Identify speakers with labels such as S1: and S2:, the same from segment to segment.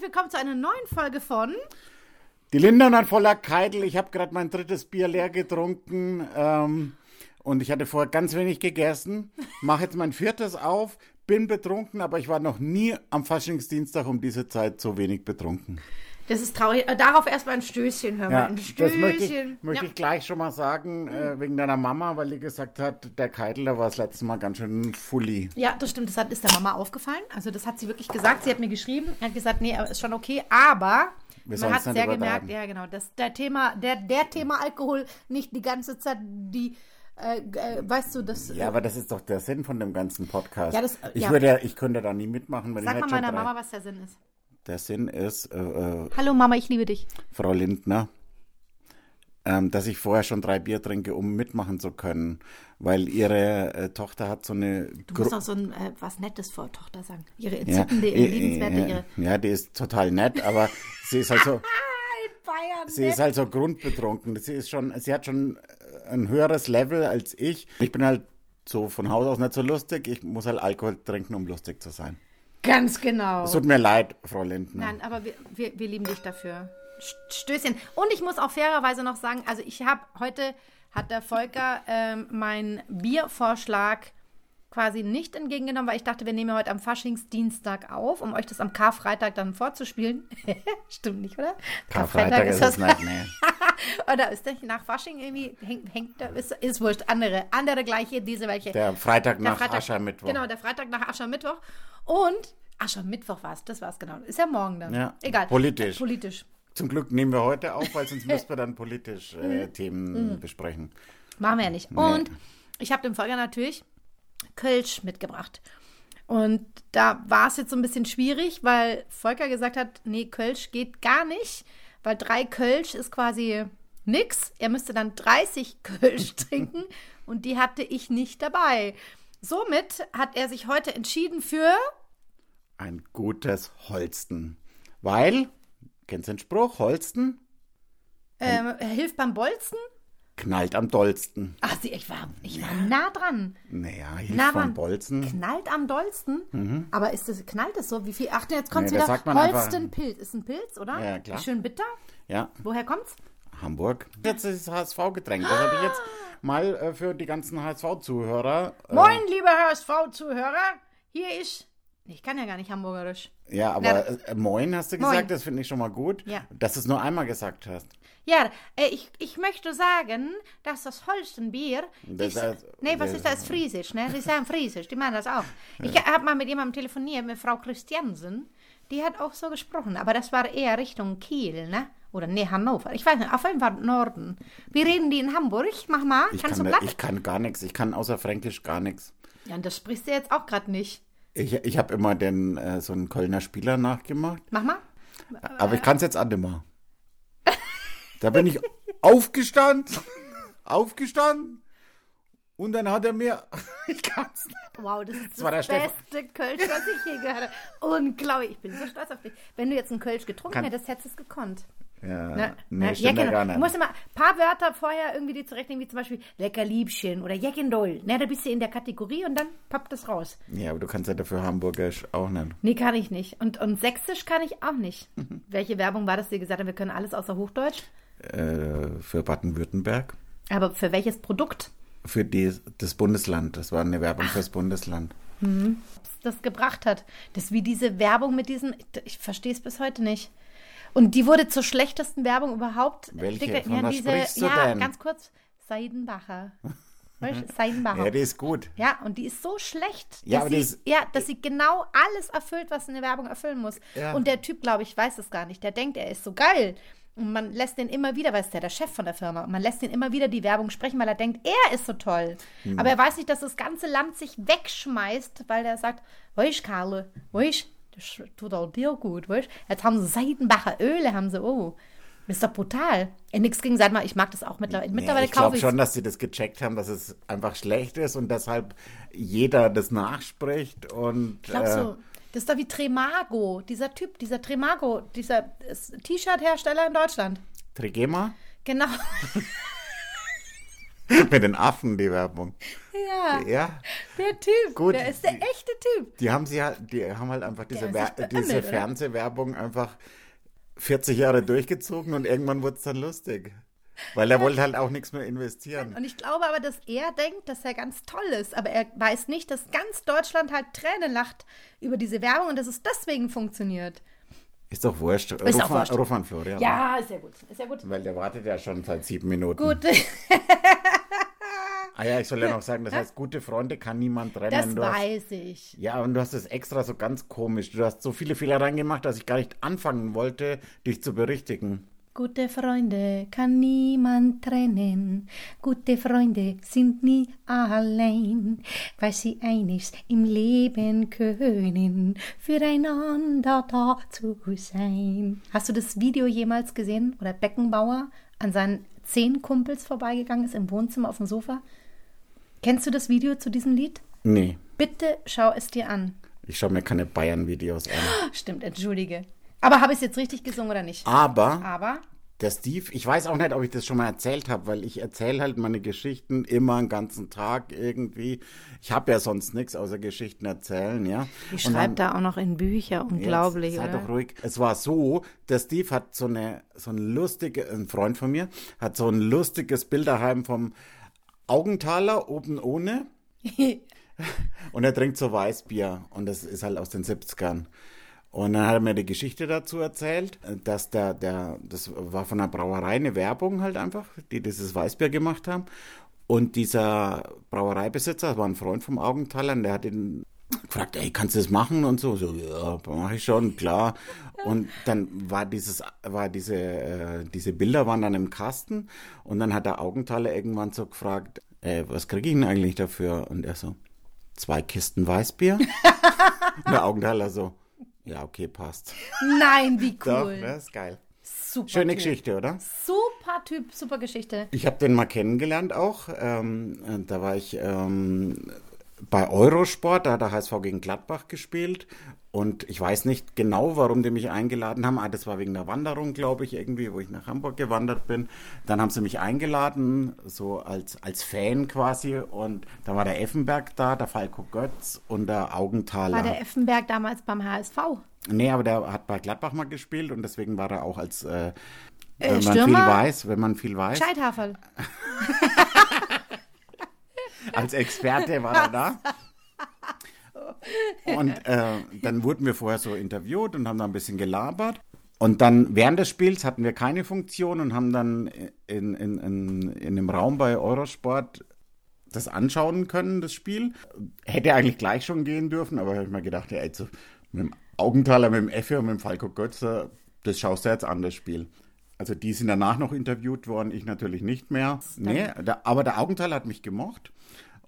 S1: willkommen zu einer neuen Folge von
S2: Die Lindern an voller Keitel. Ich habe gerade mein drittes Bier leer getrunken ähm, und ich hatte vorher ganz wenig gegessen. Mache jetzt mein viertes auf, bin betrunken, aber ich war noch nie am Faschingsdienstag um diese Zeit so wenig betrunken.
S1: Das ist traurig. Äh, Darauf erstmal ein Stößchen, hör mal. Ein
S2: das möchte ich,
S1: Stößchen.
S2: möchte
S1: ja.
S2: ich gleich schon mal sagen, äh, wegen deiner Mama, weil die gesagt hat, der Keitel, der war das letzte Mal ganz schön fully.
S1: ja, das stimmt. Das hat, ist der Mama aufgefallen. Also das hat sie wirklich gesagt. Sie hat mir geschrieben, hat gesagt, nee, aber ist schon okay. Aber man
S2: Wir sollen's
S1: hat
S2: nicht
S1: sehr
S2: übertreiben.
S1: gemerkt, ja genau, dass der Thema, der, der Thema Alkohol nicht die ganze Zeit die, äh, äh, weißt du, das...
S2: Ja, aber das ist doch der Sinn von dem ganzen Podcast.
S1: Ja, das-
S2: ich,
S1: ja.
S2: Würde, ich könnte da nie mitmachen, wenn ich
S1: Sag mal
S2: hätte halt schon
S1: meiner
S2: drei.
S1: Mama, was der Sinn ist.
S2: Der Sinn ist, äh, äh,
S1: Hallo Mama, ich liebe dich.
S2: Frau Lindner, ähm, dass ich vorher schon drei Bier trinke, um mitmachen zu können, weil ihre äh, Tochter hat so eine
S1: Du
S2: Gru-
S1: musst auch so ein äh, was Nettes vor Tochter sagen. Ihre
S2: ja,
S1: entzückende,
S2: äh,
S1: liebenswerte,
S2: äh,
S1: ihre...
S2: ja, die ist total nett, aber sie ist halt so,
S1: Ah, in Bayern,
S2: sie ist halt so grundbetrunken. Sie ist schon, sie hat schon äh, ein höheres Level als ich. Ich bin halt so von Haus aus nicht so lustig. Ich muss halt Alkohol trinken, um lustig zu sein.
S1: Ganz genau.
S2: Es tut mir leid, Frau Lindner.
S1: Nein, aber wir, wir, wir lieben dich dafür. St- Stößchen. Und ich muss auch fairerweise noch sagen, also ich habe heute, hat der Volker ähm, meinen Biervorschlag quasi nicht entgegengenommen, weil ich dachte, wir nehmen ja heute am Faschingsdienstag auf, um euch das am Karfreitag dann vorzuspielen. Stimmt nicht, oder?
S2: Karfreitag ist es nicht, nee.
S1: Oder ist das nach Fasching irgendwie? Hängt, hängt da, ist, ist wurscht. Andere, andere gleiche, diese welche.
S2: Der Freitag
S1: Der
S2: nach Aschermittwoch.
S1: Genau, der Freitag nach Aschermittwoch. Und Aschermittwoch war es, das war es genau. Ist ja morgen dann.
S2: Ja.
S1: Egal.
S2: Politisch.
S1: Äh, Politisch.
S2: Zum Glück nehmen wir heute auf, weil sonst müssten wir dann politisch äh,
S1: Mhm.
S2: Themen besprechen.
S1: Machen wir ja nicht. Und ich habe dem Volker natürlich Kölsch mitgebracht. Und da war es jetzt so ein bisschen schwierig, weil Volker gesagt hat, nee, Kölsch geht gar nicht, weil drei Kölsch ist quasi nix. Er müsste dann 30 Kölsch trinken und die hatte ich nicht dabei. Somit hat er sich heute entschieden für
S2: Ein gutes Holsten. Weil, kennst du den Spruch, Holsten
S1: ähm, Hilf beim Bolzen.
S2: knallt am dollsten.
S1: Ach, sie, ich war, ich war nah dran.
S2: Naja, hilft
S1: Na,
S2: vom
S1: Mann.
S2: Bolzen.
S1: Knallt am dollsten. Aber ist das, knallt es so? Wie viel? Ach, jetzt kommt
S2: Mhm. Nee,
S1: wieder.
S2: das sagt man einfach.
S1: Holstenpilz. Ist ein Pilz, oder?
S2: Ja, klar.
S1: Ist schön bitter.
S2: Ja,
S1: Woher kommt's?
S2: Hamburg. Jetzt ist das HSV-Getränk. Das habe ich jetzt
S1: Ah.
S2: mal äh, für die ganzen HSV-Zuhörer. Äh,
S1: Moin, liebe HSV-Zuhörer. Hier ist. Ich kann ja gar nicht hamburgerisch.
S2: Ja, aber äh, moin hast du
S1: Moin.
S2: gesagt, das finde ich schon mal gut.
S1: Ja.
S2: Dass du es nur einmal gesagt hast.
S1: Ja, äh, ich, ich möchte sagen, dass das Holstenbier.
S2: Das
S1: ist,
S2: heißt-
S1: nee, was
S2: das-
S1: ist das? Friesisch, ne? Die sagen Friesisch, die meinen das auch. Ich habe mal mit jemandem telefoniert, mit Frau Christiansen. Die hat auch so gesprochen, aber das war eher Richtung Kiel, ne? Oder nee, Hannover. Ich weiß nicht, auf jeden Fall Norden. Wie reden die in Hamburg? Mach mal,
S2: Ich
S1: kannst
S2: kann,
S1: du
S2: da-
S1: platt?
S2: ich kann gar nichts. Ich kann außer Fränkisch gar nichts.
S1: Ja, und das sprichst du jetzt auch gerade nicht.
S2: Ich, ich habe immer den, äh, so einen Kölner Spieler nachgemacht.
S1: Mach mal.
S2: Aber ich kann es jetzt auch nicht mehr. Da bin ich aufgestanden, aufgestanden und dann hat er mir, ich kann's nicht.
S1: Wow, das ist das,
S2: war der Stefan.
S1: beste Kölsch, was ich je gehört habe. Unglaublich, ich bin so stolz auf dich. Wenn du jetzt einen Kölsch getrunken
S2: Kann-
S1: hättest, hättest du es gekonnt.
S2: Ja,
S1: Ne?
S2: Also, nee,
S1: Ne?
S2: stimmt ja genau.
S1: Jecken-
S2: gar
S1: Du musst
S2: nicht.
S1: immer ein paar Wörter vorher irgendwie dir zurechtnehmen, wie zum Beispiel lecker Liebchen oder Jeckendoll. Ne, da bist du in der Kategorie und dann pappt das raus.
S2: Ja, aber du kannst ja dafür Hamburgisch auch nicht.
S1: Nee, kann ich nicht. Und, und Sächsisch kann ich auch nicht.
S2: Mhm.
S1: Welche Werbung war das, die gesagt haben, wir können alles außer Hochdeutsch?
S2: Äh, für Baden-Württemberg,
S1: Aber für welches Produkt
S2: für die, das Bundesland. Das war eine Werbung fürs Bundesland.
S1: das gebracht hat? Das ist wie diese Werbung mit diesen, ich verstehe es bis heute nicht. Und die wurde zur schlechtesten Werbung überhaupt.
S2: Welche?
S1: entwickelt.
S2: Von
S1: ja,
S2: was
S1: diese,
S2: sprichst du
S1: ja
S2: denn?
S1: ganz kurz, Seidenbacher. Weißt du, Seidenbacher.
S2: Ja, die ist gut.
S1: Ja, und die ist so schlecht,
S2: Ja,
S1: dass,
S2: aber die
S1: sie,
S2: ist-
S1: ja, dass sie genau alles erfüllt, was eine Werbung erfüllen muss.
S2: Ja.
S1: Und der Typ, glaube ich, weiß es gar nicht. Der denkt, er ist so geil. Und man lässt den immer wieder, weil es ist ja der Chef von der Firma, und man lässt den immer wieder die Werbung sprechen, weil er denkt, er ist so toll.
S2: Hm.
S1: Aber er weiß nicht, dass das ganze Land sich wegschmeißt, weil er sagt, weißt Karle, weißt das tut auch dir gut, weißt Jetzt haben sie Seidenbacher Öle, haben sie, oh, das ist doch brutal. Äh, nix gegen, sag mal, ich mag das auch mittlerweile. mittlerweile
S2: ich
S1: kaufe
S2: glaube
S1: ich
S2: schon, dass sie das gecheckt haben, dass es einfach schlecht ist und deshalb jeder das nachspricht. Und, äh,
S1: Ich glaube so, das ist doch wie Tremago, dieser Typ, dieser Tremago, dieser äh, T-Shirt-Hersteller in Deutschland.
S2: Trigema?
S1: Genau.
S2: Mit den Affen die Werbung.
S1: Ja, Ja,
S2: Ja,
S1: der Typ.
S2: Gut.
S1: Der ist der echte Typ.
S2: die haben sie ja, die haben halt einfach diese,
S1: Der
S2: Wer
S1: ist nicht beömmelt,
S2: diese
S1: oder?
S2: Fernsehwerbung einfach 40 Jahre durchgezogen und irgendwann wurde es dann lustig. Weil er wollte halt auch nichts mehr investieren.
S1: Und ich glaube aber, dass er denkt, dass er ganz toll ist. Aber er weiß nicht, dass ganz Deutschland halt Tränen lacht über diese Werbung und dass es deswegen funktioniert.
S2: Ist doch wurscht.
S1: doch
S2: ruf,
S1: wurscht.
S2: An, ruf an Florian.
S1: Ja, ist ja gut. Ist ja gut.
S2: Weil der wartet ja schon seit sieben Minuten.
S1: Gut,
S2: Ah ja, ich soll ja noch sagen, das heißt, gute Freunde kann niemand trennen.
S1: das
S2: Du hast-
S1: weiß ich.
S2: Ja, und du hast es extra so ganz komisch. Du hast so viele Fehler reingemacht, dass ich gar nicht anfangen wollte, dich zu berichtigen.
S1: Gute Freunde kann niemand trennen. Gute Freunde sind nie allein, weil sie eines im Leben können, füreinander da zu sein. Hast du das Video jemals gesehen, wo der Beckenbauer an seinen zehn Kumpels vorbeigegangen ist im Wohnzimmer auf dem Sofa? Kennst du das Video zu diesem Lied?
S2: Nee,
S1: Bitte schau es dir an.
S2: ich schaue mir keine Bayern-Videos an.
S1: Stimmt, entschuldige. Ah. Aber habe ich es jetzt richtig gesungen oder nicht?
S2: Aber
S1: Aber
S2: der Steve, ich weiß auch nicht, ob ich das schon mal erzählt habe, weil ich erzähle halt meine Geschichten immer den ganzen Tag irgendwie. Ich habe ja sonst nichts außer Geschichten erzählen, ja.
S1: Die
S2: Und dann-
S1: schreibt da auch noch in Bücher,
S2: Jetzt
S1: unglaublich,
S2: Sei
S1: oder?
S2: doch ruhig. Es war so, der Steve hat so eine so ein lustige, ein Freund von mir, hat so ein lustiges Bild daheim vom Augenthaler oben ohne und er trinkt so Weißbier und das ist halt aus den 70ern. Und dann hat er mir die Geschichte dazu erzählt, dass der, der, das war von einer Brauerei eine Werbung halt einfach, die dieses Weißbier gemacht haben. Und dieser Brauereibesitzer, das war ein Freund vom Augenthaler, und der hat ihn gefragt, ey, kannst du das machen und so, so ja, mach ich schon, klar. Und dann war dieses, war diese, äh, diese Bilder waren dann im Kasten und dann hat der Augenthaler irgendwann so gefragt, ey, was kriege ich denn eigentlich dafür? Und er so, zwei Kisten Weißbier. und der Augenthaler so, ja, okay, passt.
S1: Nein, wie
S2: Doch,
S1: cool.
S2: das ist geil.
S1: Super
S2: Schöne
S1: typ.
S2: Geschichte, oder?
S1: Super Typ, super Geschichte.
S2: Ich habe den mal kennengelernt auch. Ähm, und da war ich ähm, bei Eurosport, da hat der HSV gegen Gladbach gespielt. Und ich weiß nicht genau, warum die mich eingeladen haben. Ah, das war wegen der Wanderung, glaube ich, irgendwie, wo ich nach Hamburg gewandert bin. Dann haben sie mich eingeladen, so als, als Fan quasi. Und da war der Effenberg da, der Falco Götz und der Augenthaler.
S1: War der Effenberg damals beim HSV?
S2: Nee, aber der hat bei Gladbach mal gespielt und deswegen war er auch als, äh, wenn man viel
S1: Stürmer?
S2: weiß, wenn man viel weiß,
S1: Scheithaferl.
S2: als Experte war er da. Und äh, dann wurden wir vorher so interviewt und haben da ein bisschen gelabert. Und dann während des Spiels hatten wir keine Funktion und haben dann in, in, in, in dem Raum bei Eurosport das anschauen können, das Spiel. Hätte eigentlich gleich schon gehen dürfen, aber habe ich mir gedacht, ja, jetzt so mit dem Augenthaler, mit dem Effe und mit dem Falco Götze, das schaust du jetzt an, das Spiel. Also die sind danach noch interviewt worden, ich natürlich nicht mehr. Nee, da, aber der Augenthaler hat mich gemocht.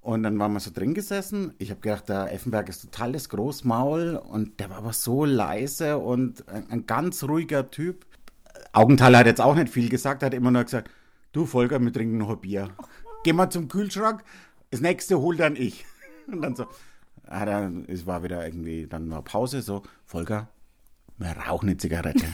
S2: Und dann waren wir so drin gesessen. Ich habe gedacht, der Effenberg ist totales Großmaul und der war aber so leise und ein, ein ganz ruhiger Typ. Augenthaler hat jetzt auch nicht viel gesagt, hat immer nur gesagt, du Volker, wir trinken noch ein Bier. Geh mal zum Kühlschrank, das nächste hol dann ich. Und dann so, ah, dann, es war wieder irgendwie, dann war Pause, so, Volker, wir rauchen eine Zigarette.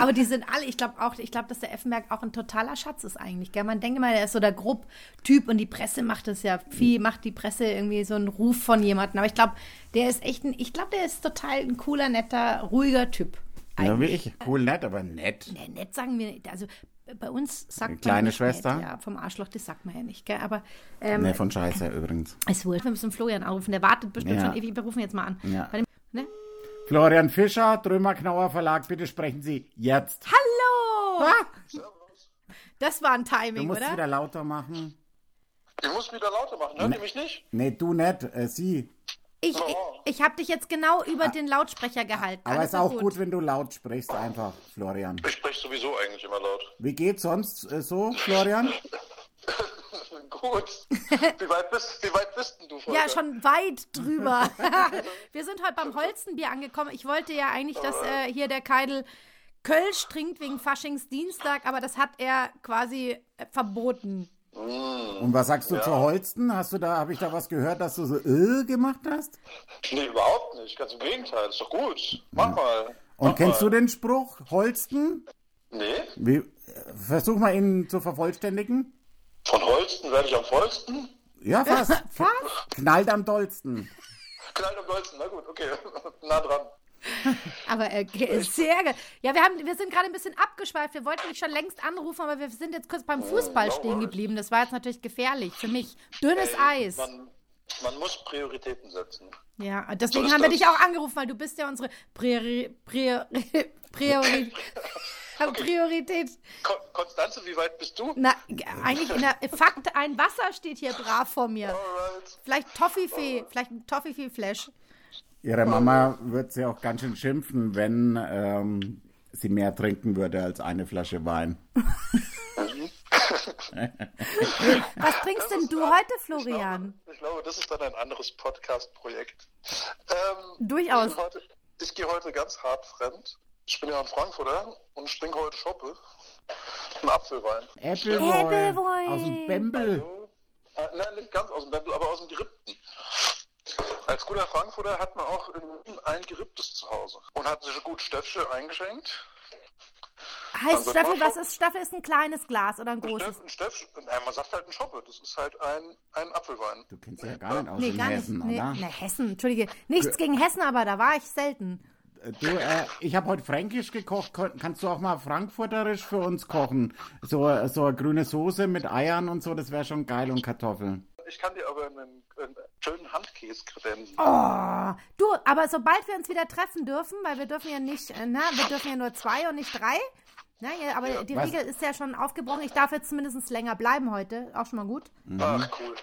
S1: Aber die sind alle, ich glaube auch, ich glaube, dass der Effenberg auch ein totaler Schatz ist eigentlich. Gell? Man denke mal, er ist so der Grupp-Typ und die Presse macht das ja viel, macht die Presse irgendwie so einen Ruf von jemandem. Aber ich glaube, der ist echt ein, ich glaube, der ist total ein cooler, netter, ruhiger Typ.
S2: ja, wie ich, cool, nett, aber nett.
S1: Nee, nett sagen wir nicht. Also bei uns sagt man
S2: Kleine
S1: nicht
S2: Schwester?
S1: Nett, ja, vom Arschloch, das sagt man ja nicht, gell? Aber ähm,
S2: Ne, von Scheiße übrigens.
S1: es wurde. Wir müssen Florian anrufen, der wartet bestimmt
S2: Ja.
S1: schon ewig. Wir rufen jetzt mal an.
S2: Ja.
S1: Bei dem, ne?
S2: Florian Fischer, Drömer Knauer Verlag, bitte sprechen Sie jetzt.
S1: Hallo! Das war ein
S2: Ah! Du
S1: Timing,
S2: musst es
S1: oder?
S2: wieder lauter machen.
S3: Die muss wieder lauter machen, hört ihr mich nicht?
S2: Nee, du nicht, äh, sie.
S1: Ich, ich, ich habe dich jetzt genau über den Lautsprecher gehalten.
S2: Aber
S1: Alles
S2: ist
S1: war
S2: auch gut. wenn du laut sprichst, einfach, Florian.
S3: Ich spreche sowieso eigentlich immer laut.
S2: Wie geht's sonst äh, so, Florian?
S3: Gut. Wie weit bist, wie weit bist denn du, Volker?
S1: Ja, schon weit drüber. wir sind heute beim Holzenbier angekommen. Ich wollte ja eigentlich, dass äh, hier der Keidel Kölsch trinkt wegen Faschingsdienstag, aber das hat er quasi äh, verboten.
S2: Und was sagst du zu Holsten? Hast du da, habe ich da was gehört, dass du so äh, gemacht hast?
S3: Nee, überhaupt nicht. Ganz im Gegenteil. Ist doch gut. Mach mal.
S2: Und
S3: Mach
S2: kennst du
S3: mal.
S2: den Spruch, Holsten?
S3: Nee.
S2: Wie, äh, versuch mal ihn zu vervollständigen.
S3: Von Holsten werde ich am vollsten.
S2: Ja, fast. Knallt am dollsten.
S3: Knallt am dollsten, na gut, okay. nah dran.
S1: Aber äh, ge- sehr geil. Ja, wir, haben, wir sind gerade ein bisschen abgeschweift. Wir wollten dich schon längst anrufen, aber wir sind jetzt kurz
S3: Oh,
S1: beim Fußball
S3: no
S1: stehen
S3: worries.
S1: geblieben. Das war jetzt natürlich gefährlich für mich. Dünnes
S3: Ey,
S1: Eis.
S3: Man, man muss Prioritäten setzen.
S1: Ja, und deswegen
S3: So ist
S1: haben wir
S3: das.
S1: dich auch angerufen, weil du bist ja unsere Priori Priori Priori Priorität.
S3: Ko Konstanze, wie weit bist du?
S1: Na, g- eigentlich in der Fakt, ein Wasser steht hier brav vor mir.
S3: Alright.
S1: Vielleicht Toffifee, vielleicht ein Toffifee-Flash.
S2: Ihre Mama wird sie auch ganz schön schimpfen, wenn ähm, sie mehr trinken würde als eine Flasche Wein.
S1: Mhm. Was trinkst denn du heute, Florian?
S3: Ich glaube, ich glaube, das ist dann ein anderes Podcast-Projekt. Ähm,
S1: Durchaus.
S3: Ich gehe, heute, ich gehe heute ganz hart fremd. Ich bin ja in Frankfurt oder? und ich trinke heute Schoppe. Einen Apfelwein.
S2: Äppelwoll.
S1: Äppelwoll.
S2: Aus dem Bembel.
S3: Äh, nein, nicht ganz aus dem Bändel, aber aus dem Gerippten. Als guter Frankfurter hat man auch in Wien ein Geripptes zu Hause und hat sich gut Stöffsche eingeschenkt. also
S1: Heißt Staffel, was ist Staffel? Ist ein kleines Glas oder ein großes?
S3: Stöff, Ne? ein Stöffsche, naja, man sagt halt ein Schoppe, das ist halt ein, ein Apfelwein.
S2: Du kennst dich ja gar nicht aus
S1: Nee,
S2: in
S1: gar nicht.
S2: Hessen,
S1: Nee,
S2: oder?
S1: na, Hessen, entschuldige. Nichts gegen Hessen, aber da war ich selten.
S2: Du, äh, ich habe heute Fränkisch gekocht. Kon- Kannst du auch mal Frankfurterisch für uns kochen? So, so eine grüne Soße mit Eiern und so, das wäre schon geil und Kartoffeln.
S3: Ich kann dir aber einen, einen schönen Handkäse kredenzen.
S1: Oh, du, aber sobald wir uns wieder treffen dürfen, weil wir dürfen ja nicht, äh, na, wir dürfen ja nur zwei und nicht drei. Na, ja, aber die
S2: Was?
S1: Regel ist ja schon aufgebrochen. Ich darf jetzt zumindest länger bleiben heute. Auch schon mal gut.
S3: Ach, cool.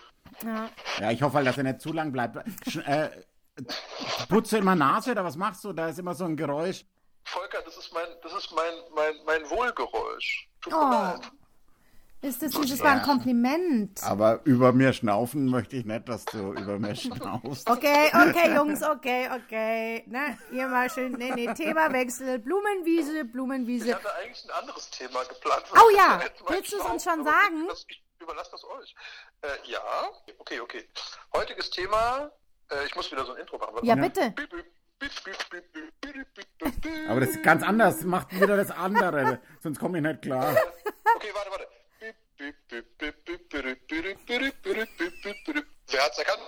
S1: Ja.
S2: Ja, ich hoffe halt, dass er nicht zu lang bleibt. Sch äh, putzt du immer Nase oder was machst du? Da ist immer so ein Geräusch.
S3: Volker, das ist mein, das ist mein, mein, mein Wohlgeräusch. Tut mir
S1: Oh.
S3: leid.
S1: Ist das, das war ein Kompliment.
S2: Aber über mir schnaufen möchte ich nicht, dass du über mir schnaufst.
S1: Okay, okay, Jungs, okay, okay. Na, ihr mal schön, nee, nee, Themawechsel. Blumenwiese,
S3: Ich
S1: Blumenwiese.
S3: hatte eigentlich ein anderes Thema geplant.
S1: Oh ja,
S3: Mein
S1: willst du es uns
S3: Schnaufen,
S1: schon
S3: aber
S1: sagen?
S3: Das, ich überlasse das euch. Äh, ja, okay, okay. Heutiges Thema, äh, ich muss wieder so ein Intro machen. warte
S1: Ja,
S3: mal.
S1: bitte.
S3: Bip, bip, bip, bip, bip, bip, bip, bip, bip, bip.
S2: Aber das ist ganz anders. Macht wieder das andere. Sonst komme ich nicht klar.
S3: Okay, warte, warte. Bip, bip, bip, bip, bip, bip, bip, bip, bip, bip, bip, bip. Wer hat's erkannt?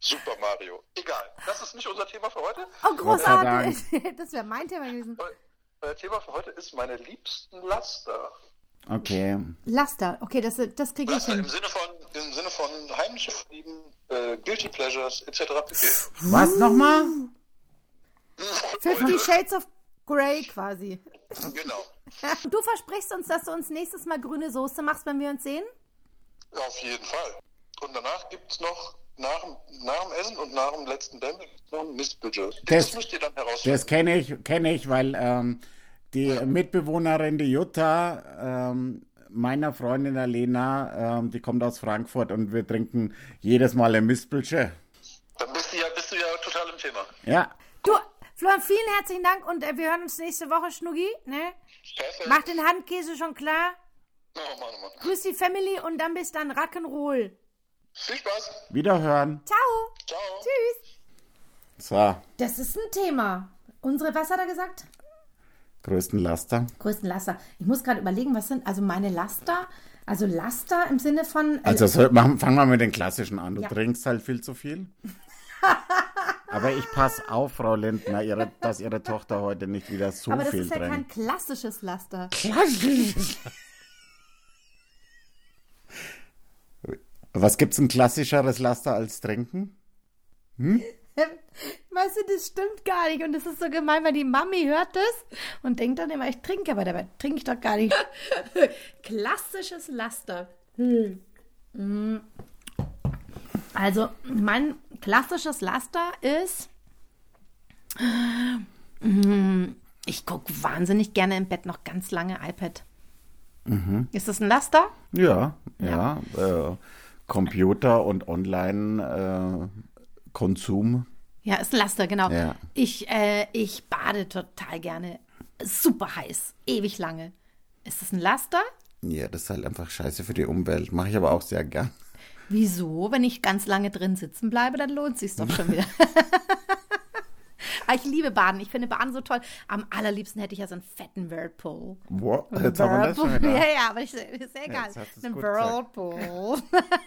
S3: Super Mario. Egal, das ist nicht unser Thema für heute.
S1: Oh,
S2: sei
S1: großartig. Das wäre mein Thema gewesen.
S3: Äh, Euer Thema für heute ist meine liebsten Laster.
S2: Okay.
S1: Laster. Okay, das, das kriege ich
S3: Laster im
S1: hin.
S3: Sinne von, im Sinne von heimische Verlieben, äh, Guilty Pleasures etc. pp.
S2: Was nochmal?
S1: Fifty Shades of Grey quasi.
S3: Genau.
S1: Du versprichst uns, dass du uns nächstes Mal grüne Soße machst, wenn wir uns sehen?
S3: Auf jeden Fall. Und danach gibt es noch, nach, dem- nach dem Essen und nach dem letzten Bämbel, noch ein Mistbudget. Das,
S2: Das-
S3: müsst ihr dann herausfinden.
S2: Das kenne ich, kenne ich, weil ähm, die Mitbewohnerin, die Jutta, ähm, meiner Freundin Alena, ähm, die kommt aus Frankfurt und wir trinken jedes Mal ein Mispelsche.
S3: Dann bist du, ja, bist du ja total im Thema.
S2: Ja,
S1: Du, Florian, vielen herzlichen Dank und äh, wir hören uns nächste Woche, Schnuggi. Ne?
S3: Perfekt.
S1: Mach den Handkäse schon klar.
S3: Oh, Mann, oh, Mann.
S1: Grüß die Family und dann bis dann Rock'n'Roll.
S3: Viel Spaß.
S2: wiederhören.
S1: Ciao.
S3: Ciao.
S1: Tschüss.
S2: So,
S1: Das ist ein Thema. Unsere, was hat er gesagt?
S2: größten Laster.
S1: Größten Laster. Ich muss gerade überlegen, was sind also meine Laster? Also Laster im Sinne von. äh,
S2: Also soll, machen, fangen wir mit den klassischen an. Du
S1: Ja.
S2: trinkst halt viel zu viel. Aber ich pass auf, Frau Lindner, ihre, dass Ihre Tochter heute nicht wieder so
S1: aber das
S2: viel
S1: ist ja kein
S2: trinkt.
S1: klassisches Laster.
S2: Was gibt's ein klassischeres Laster als trinken?
S1: Weißt du, das stimmt gar nicht. Und das ist so gemein, weil die Mami hört das und denkt dann immer, ich trinke, aber dabei trinke ich doch gar nicht. Klassisches Laster. Hm. Also, mein klassisches Laster ist. hm, Ich gucke wahnsinnig gerne im Bett noch ganz lange iPad. Ist das ein Laster?
S2: Ja, ja. Äh, Computer und äh, Online-Konsum.
S1: Ja, ist ein Laster, genau.
S2: Ja.
S1: Ich, äh, ich bade total gerne. Super heiß, ewig lange. Ist das ein Laster?
S2: ja, das ist halt einfach scheiße für die Umwelt. Mache ich aber auch sehr gern.
S1: Wieso? Wenn ich ganz lange drin sitzen bleibe, dann lohnt sich's doch schon wieder. Aber ich liebe Baden. Ich finde Baden so toll. Am allerliebsten hätte ich ja so einen fetten Whirlpool.
S2: Wow, jetzt haben wir das schon
S1: Ja,
S2: wieder.
S1: ja, aber ich, ist ja egal.
S2: jetzt hast du's
S1: Ein
S2: gut
S1: Whirlpool.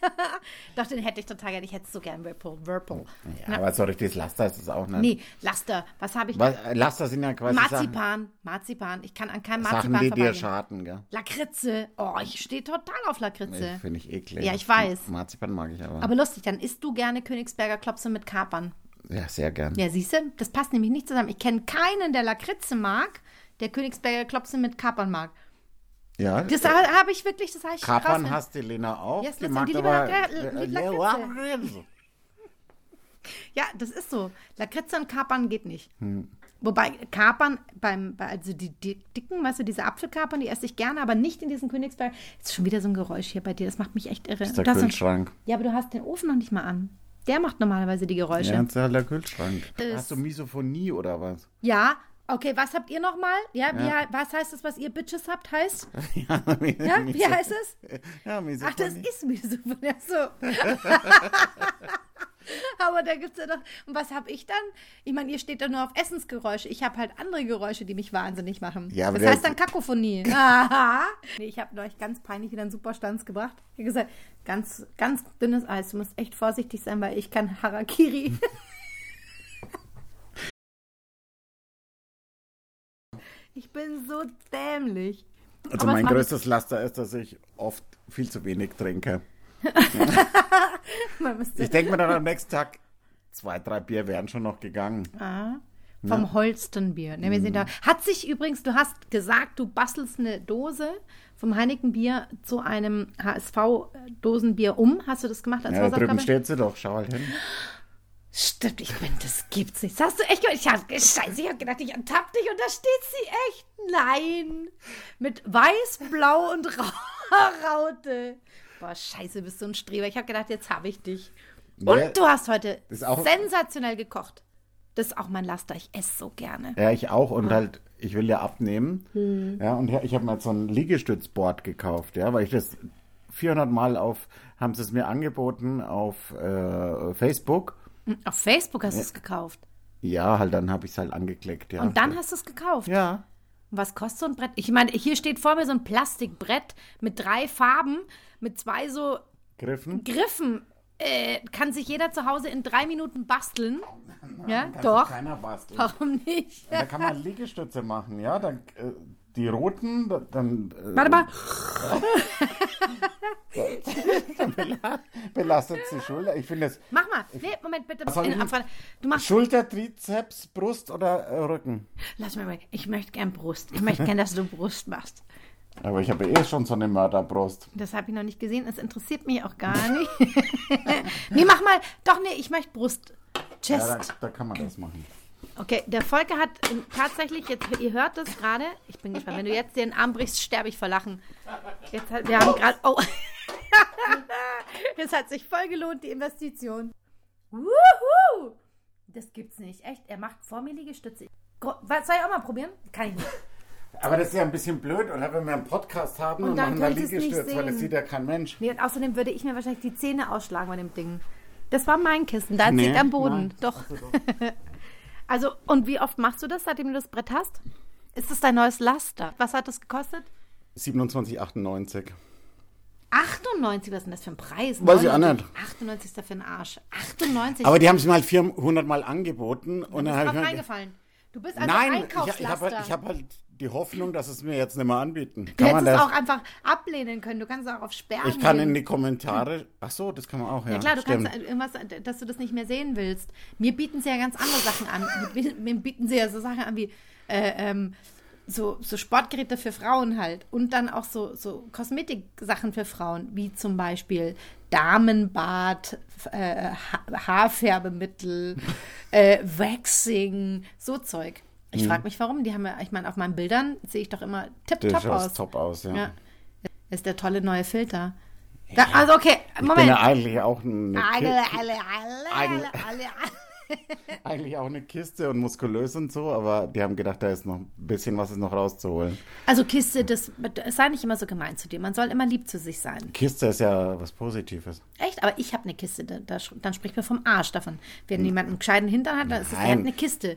S1: Doch, den hätte ich total gerne. Ich hätte so gern Whirlpool. Whirlpool.
S2: Ja, aber so richtiges Laster ist es auch nicht.
S1: Nee, Laster. Was habe ich?
S2: Was, Laster sind ja quasi Sachen,
S1: Marzipan. Marzipan. Ich kann an keinem Marzipan
S2: Also Sachen, die dir
S1: vorbeigehen.
S2: schaden, gell?
S1: Lakritze. Oh, ich stehe total auf Lakritze.
S2: Finde ich eklig.
S1: Ja, ich weiß.
S2: Marzipan mag ich aber.
S1: Aber lustig, dann isst du gerne Königsberger Klopse mit Kapern.
S2: Ja, sehr gern.
S1: Ja, siehst du, das passt nämlich nicht zusammen. Ich kenne keinen, der Lakritze mag, der Königsberger Klopse mit Kapern mag.
S2: Ja,
S1: Das ha- habe ich wirklich, das habe ich
S2: Äh, Kapern
S1: rausge-
S2: hasst die Lena auch.
S1: Ja, es
S2: die
S1: ist-
S2: mag
S1: die lieber
S2: aber...
S1: Lak- äh, lieber
S2: Lakritze.
S1: Ja, das ist so. Lakritze und Kapern geht nicht.
S2: Hm.
S1: Wobei Kapern beim, bei- also die, die dicken, weißt du, diese Apfelkapern, die esse ich gerne, aber nicht in diesen Königsberg. Ist schon wieder so ein Geräusch hier bei dir, das macht mich echt irre.
S2: Ist der
S1: Du hast so-
S2: Kühlschrank.
S1: ja, aber du hast den Ofen noch nicht mal an. Der macht normalerweise die Geräusche.
S2: Ja, das ist halt der Kühlschrank.
S1: Das-
S2: Hast du Misophonie oder was?
S1: Ja, okay, was habt ihr nochmal? Ja, wie, he- was heißt das, was ihr Bitches habt, heißt?
S2: ja,
S1: Ja, wie heißt es?
S2: Ja, Misophonie.
S1: Ach, das ist Misophonie, ach so. Aber da gibt es ja noch. Und was habe ich dann? Ich meine, ihr steht doch nur auf Essensgeräusche. Ich habe halt andere Geräusche, die mich wahnsinnig machen.
S2: Ja, aber
S1: das
S2: der-
S1: heißt dann Kakophonie. Aha. nee, ich habe euch ganz peinlich wieder einen Superstanz gebracht. Ich habe gesagt, ganz, ganz dünnes Eis. Du musst echt vorsichtig sein, weil ich kann Harakiri. ich bin so dämlich.
S2: Also
S1: Aber es
S2: mein
S1: macht-
S2: größtes Laster ist, dass ich oft viel zu wenig trinke.
S1: Man müsste
S2: Ich denke mir dann am nächsten Tag, zwei, drei Bier wären schon noch gegangen.
S1: Vom Holstenbier. Ne, wir
S2: Mhm.
S1: sind da. Hat sich übrigens, du hast gesagt, du bastelst eine Dose vom Heinekenbier zu einem HSV-Dosenbier um. Hast du das gemacht als
S2: Ja, da drüben
S1: Hausaufgabe?
S2: steht sie doch, schau halt hin.
S1: Stimmt, ich bin, das gibt's nicht. Das hast du echt gemacht. Ich hab, scheiße, ich hab gedacht, ich ertapp dich und da steht sie echt. Nein. Mit weiß, blau und Ra Raute. Boah, scheiße, bist du ein Streber. Ich hab gedacht, jetzt habe ich dich. Und
S2: Ja,
S1: du hast heute
S2: ist auch-
S1: sensationell gekocht. Das ist auch mein Laster. Ich esse so gerne.
S2: Ja, ich auch
S1: Ah.
S2: und halt, ich will ja abnehmen.
S1: Hm.
S2: Ja, und ich habe mir jetzt so ein Liegestützboard gekauft, ja, weil ich das 400 Mal auf, haben sie es mir angeboten auf äh, Facebook.
S1: Auf Facebook hast du es gekauft.
S2: Ja, halt, dann habe ich es halt angeklickt, ja.
S1: Und dann hast du es gekauft.
S2: Ja.
S1: Und Was kostet so ein Brett? Ich meine, hier steht vor mir so ein Plastikbrett mit drei Farben, mit zwei so
S2: Griffen?
S1: Griffen. Äh, kann sich jeder zu Hause in drei Minuten basteln. Ja, doch.
S2: Also Keiner basteln.
S1: Warum nicht?
S2: Da kann man Liegestütze machen, ja. Dann, äh, die roten, da- dann äh,
S1: Warte mal.
S2: belastet die Schulter. Ich finde es
S1: Mach mal. Nee, Moment, bitte.
S2: soll
S1: In
S2: ich-
S1: Abfall. Du machst.
S2: Schulter, Trizeps, Brust oder äh, Rücken.
S1: Lass mal. Ich möchte gern Brust. Ich möchte gern, dass du Brust machst.
S2: Aber ich habe eh schon so eine Mörderbrust.
S1: Das habe ich noch nicht gesehen. Es interessiert mich auch gar nicht. nee, mach mal. Doch, nee, ich möchte Brust. Chest.
S2: Ja, da, da kann man das machen.
S1: Okay, der Volker hat ähm, tatsächlich, jetzt, ihr hört das gerade, ich bin gespannt, wenn du jetzt den Arm brichst, sterbe ich vor Lachen. Jetzt hat, wir haben gerade, oh, es hat sich voll gelohnt, die Investition. Wuhu! Das gibt's nicht, echt, er macht vor mir Liegestütze. Gro- Was, soll ich auch mal probieren? Kann ich nicht.
S2: Aber das ist ja ein bisschen blöd, oder? Wenn wir einen Podcast haben und,
S1: Und dann
S2: machen da
S1: könnt ihr's nicht
S2: Liegestütze, weil das
S1: sehen.
S2: sieht ja kein Mensch.
S1: Nee, und außerdem würde ich mir wahrscheinlich die Zähne ausschlagen bei dem Ding. Das war mein Kissen, da
S2: Nee,
S1: liegt am Boden,
S2: nein.
S1: doch. also, und wie oft machst du das, seitdem du das Brett hast? Ist das dein neues Laster? Was hat das gekostet?
S2: 27,98.
S1: 98, was ist denn das für ein Preis?
S2: Weiß ich auch nicht.
S1: 98 ist da für ein Arsch. 98.
S2: Aber die haben es mir halt 400 Mal angeboten. Und
S1: ist
S2: dann habe ich
S1: drauf
S2: mir
S1: reingefallen. Du bist also
S2: Nein, ich, ich habe
S1: Einkaufslaster.
S2: halt, ich hab halt die Hoffnung, dass es mir jetzt nicht mehr anbieten.
S1: du
S2: Kann man
S1: hättest es
S2: das?
S1: auch einfach ablehnen können. Du kannst es auch auf Sperren
S2: ich kann
S1: gehen.
S2: in die Kommentare. Ach so, das kann man auch, ja.
S1: ja, klar, du
S2: stimmt.
S1: kannst irgendwas, dass du das nicht mehr sehen willst. Mir bieten sie ja ganz andere Sachen an. Mir bi- Mir bieten sie ja so Sachen an wie äh, ähm, so, so Sportgeräte für Frauen halt und dann auch so, so Kosmetiksachen für Frauen, wie zum Beispiel Damenbad, f- äh, ha Haarfärbemittel, äh, Waxing, so Zeug.
S2: Mhm.
S1: Ich frage mich, warum. Die haben ja, ich meine, auf meinen Bildern sehe ich doch immer
S2: Du
S1: tipptopp
S2: schaust
S1: aus.
S2: top aus, ja.
S1: Ja. Das ist der tolle neue Filter. Da, also okay,
S2: Ich bin
S1: Moment. äh,
S2: ja eigentlich auch eine,
S1: Alle,
S2: Ki
S1: alle, alle,
S2: Eigel.
S1: alle, alle, alle. äh.
S2: eigentlich auch eine Kiste und muskulös und so, aber die haben gedacht, da ist noch ein bisschen was ist noch rauszuholen.
S1: Also Kiste, das, das sei nicht immer so gemein zu dir. Man soll immer lieb zu sich sein.
S2: Kiste ist ja was Positives.
S1: Echt? Aber ich ne habe eine Kiste. Da, da, sch- dann spricht man vom Arsch davon. Wenn jemand einen gescheiten Hintern hat, dann ist es
S2: Nein.
S1: halt eine Kiste.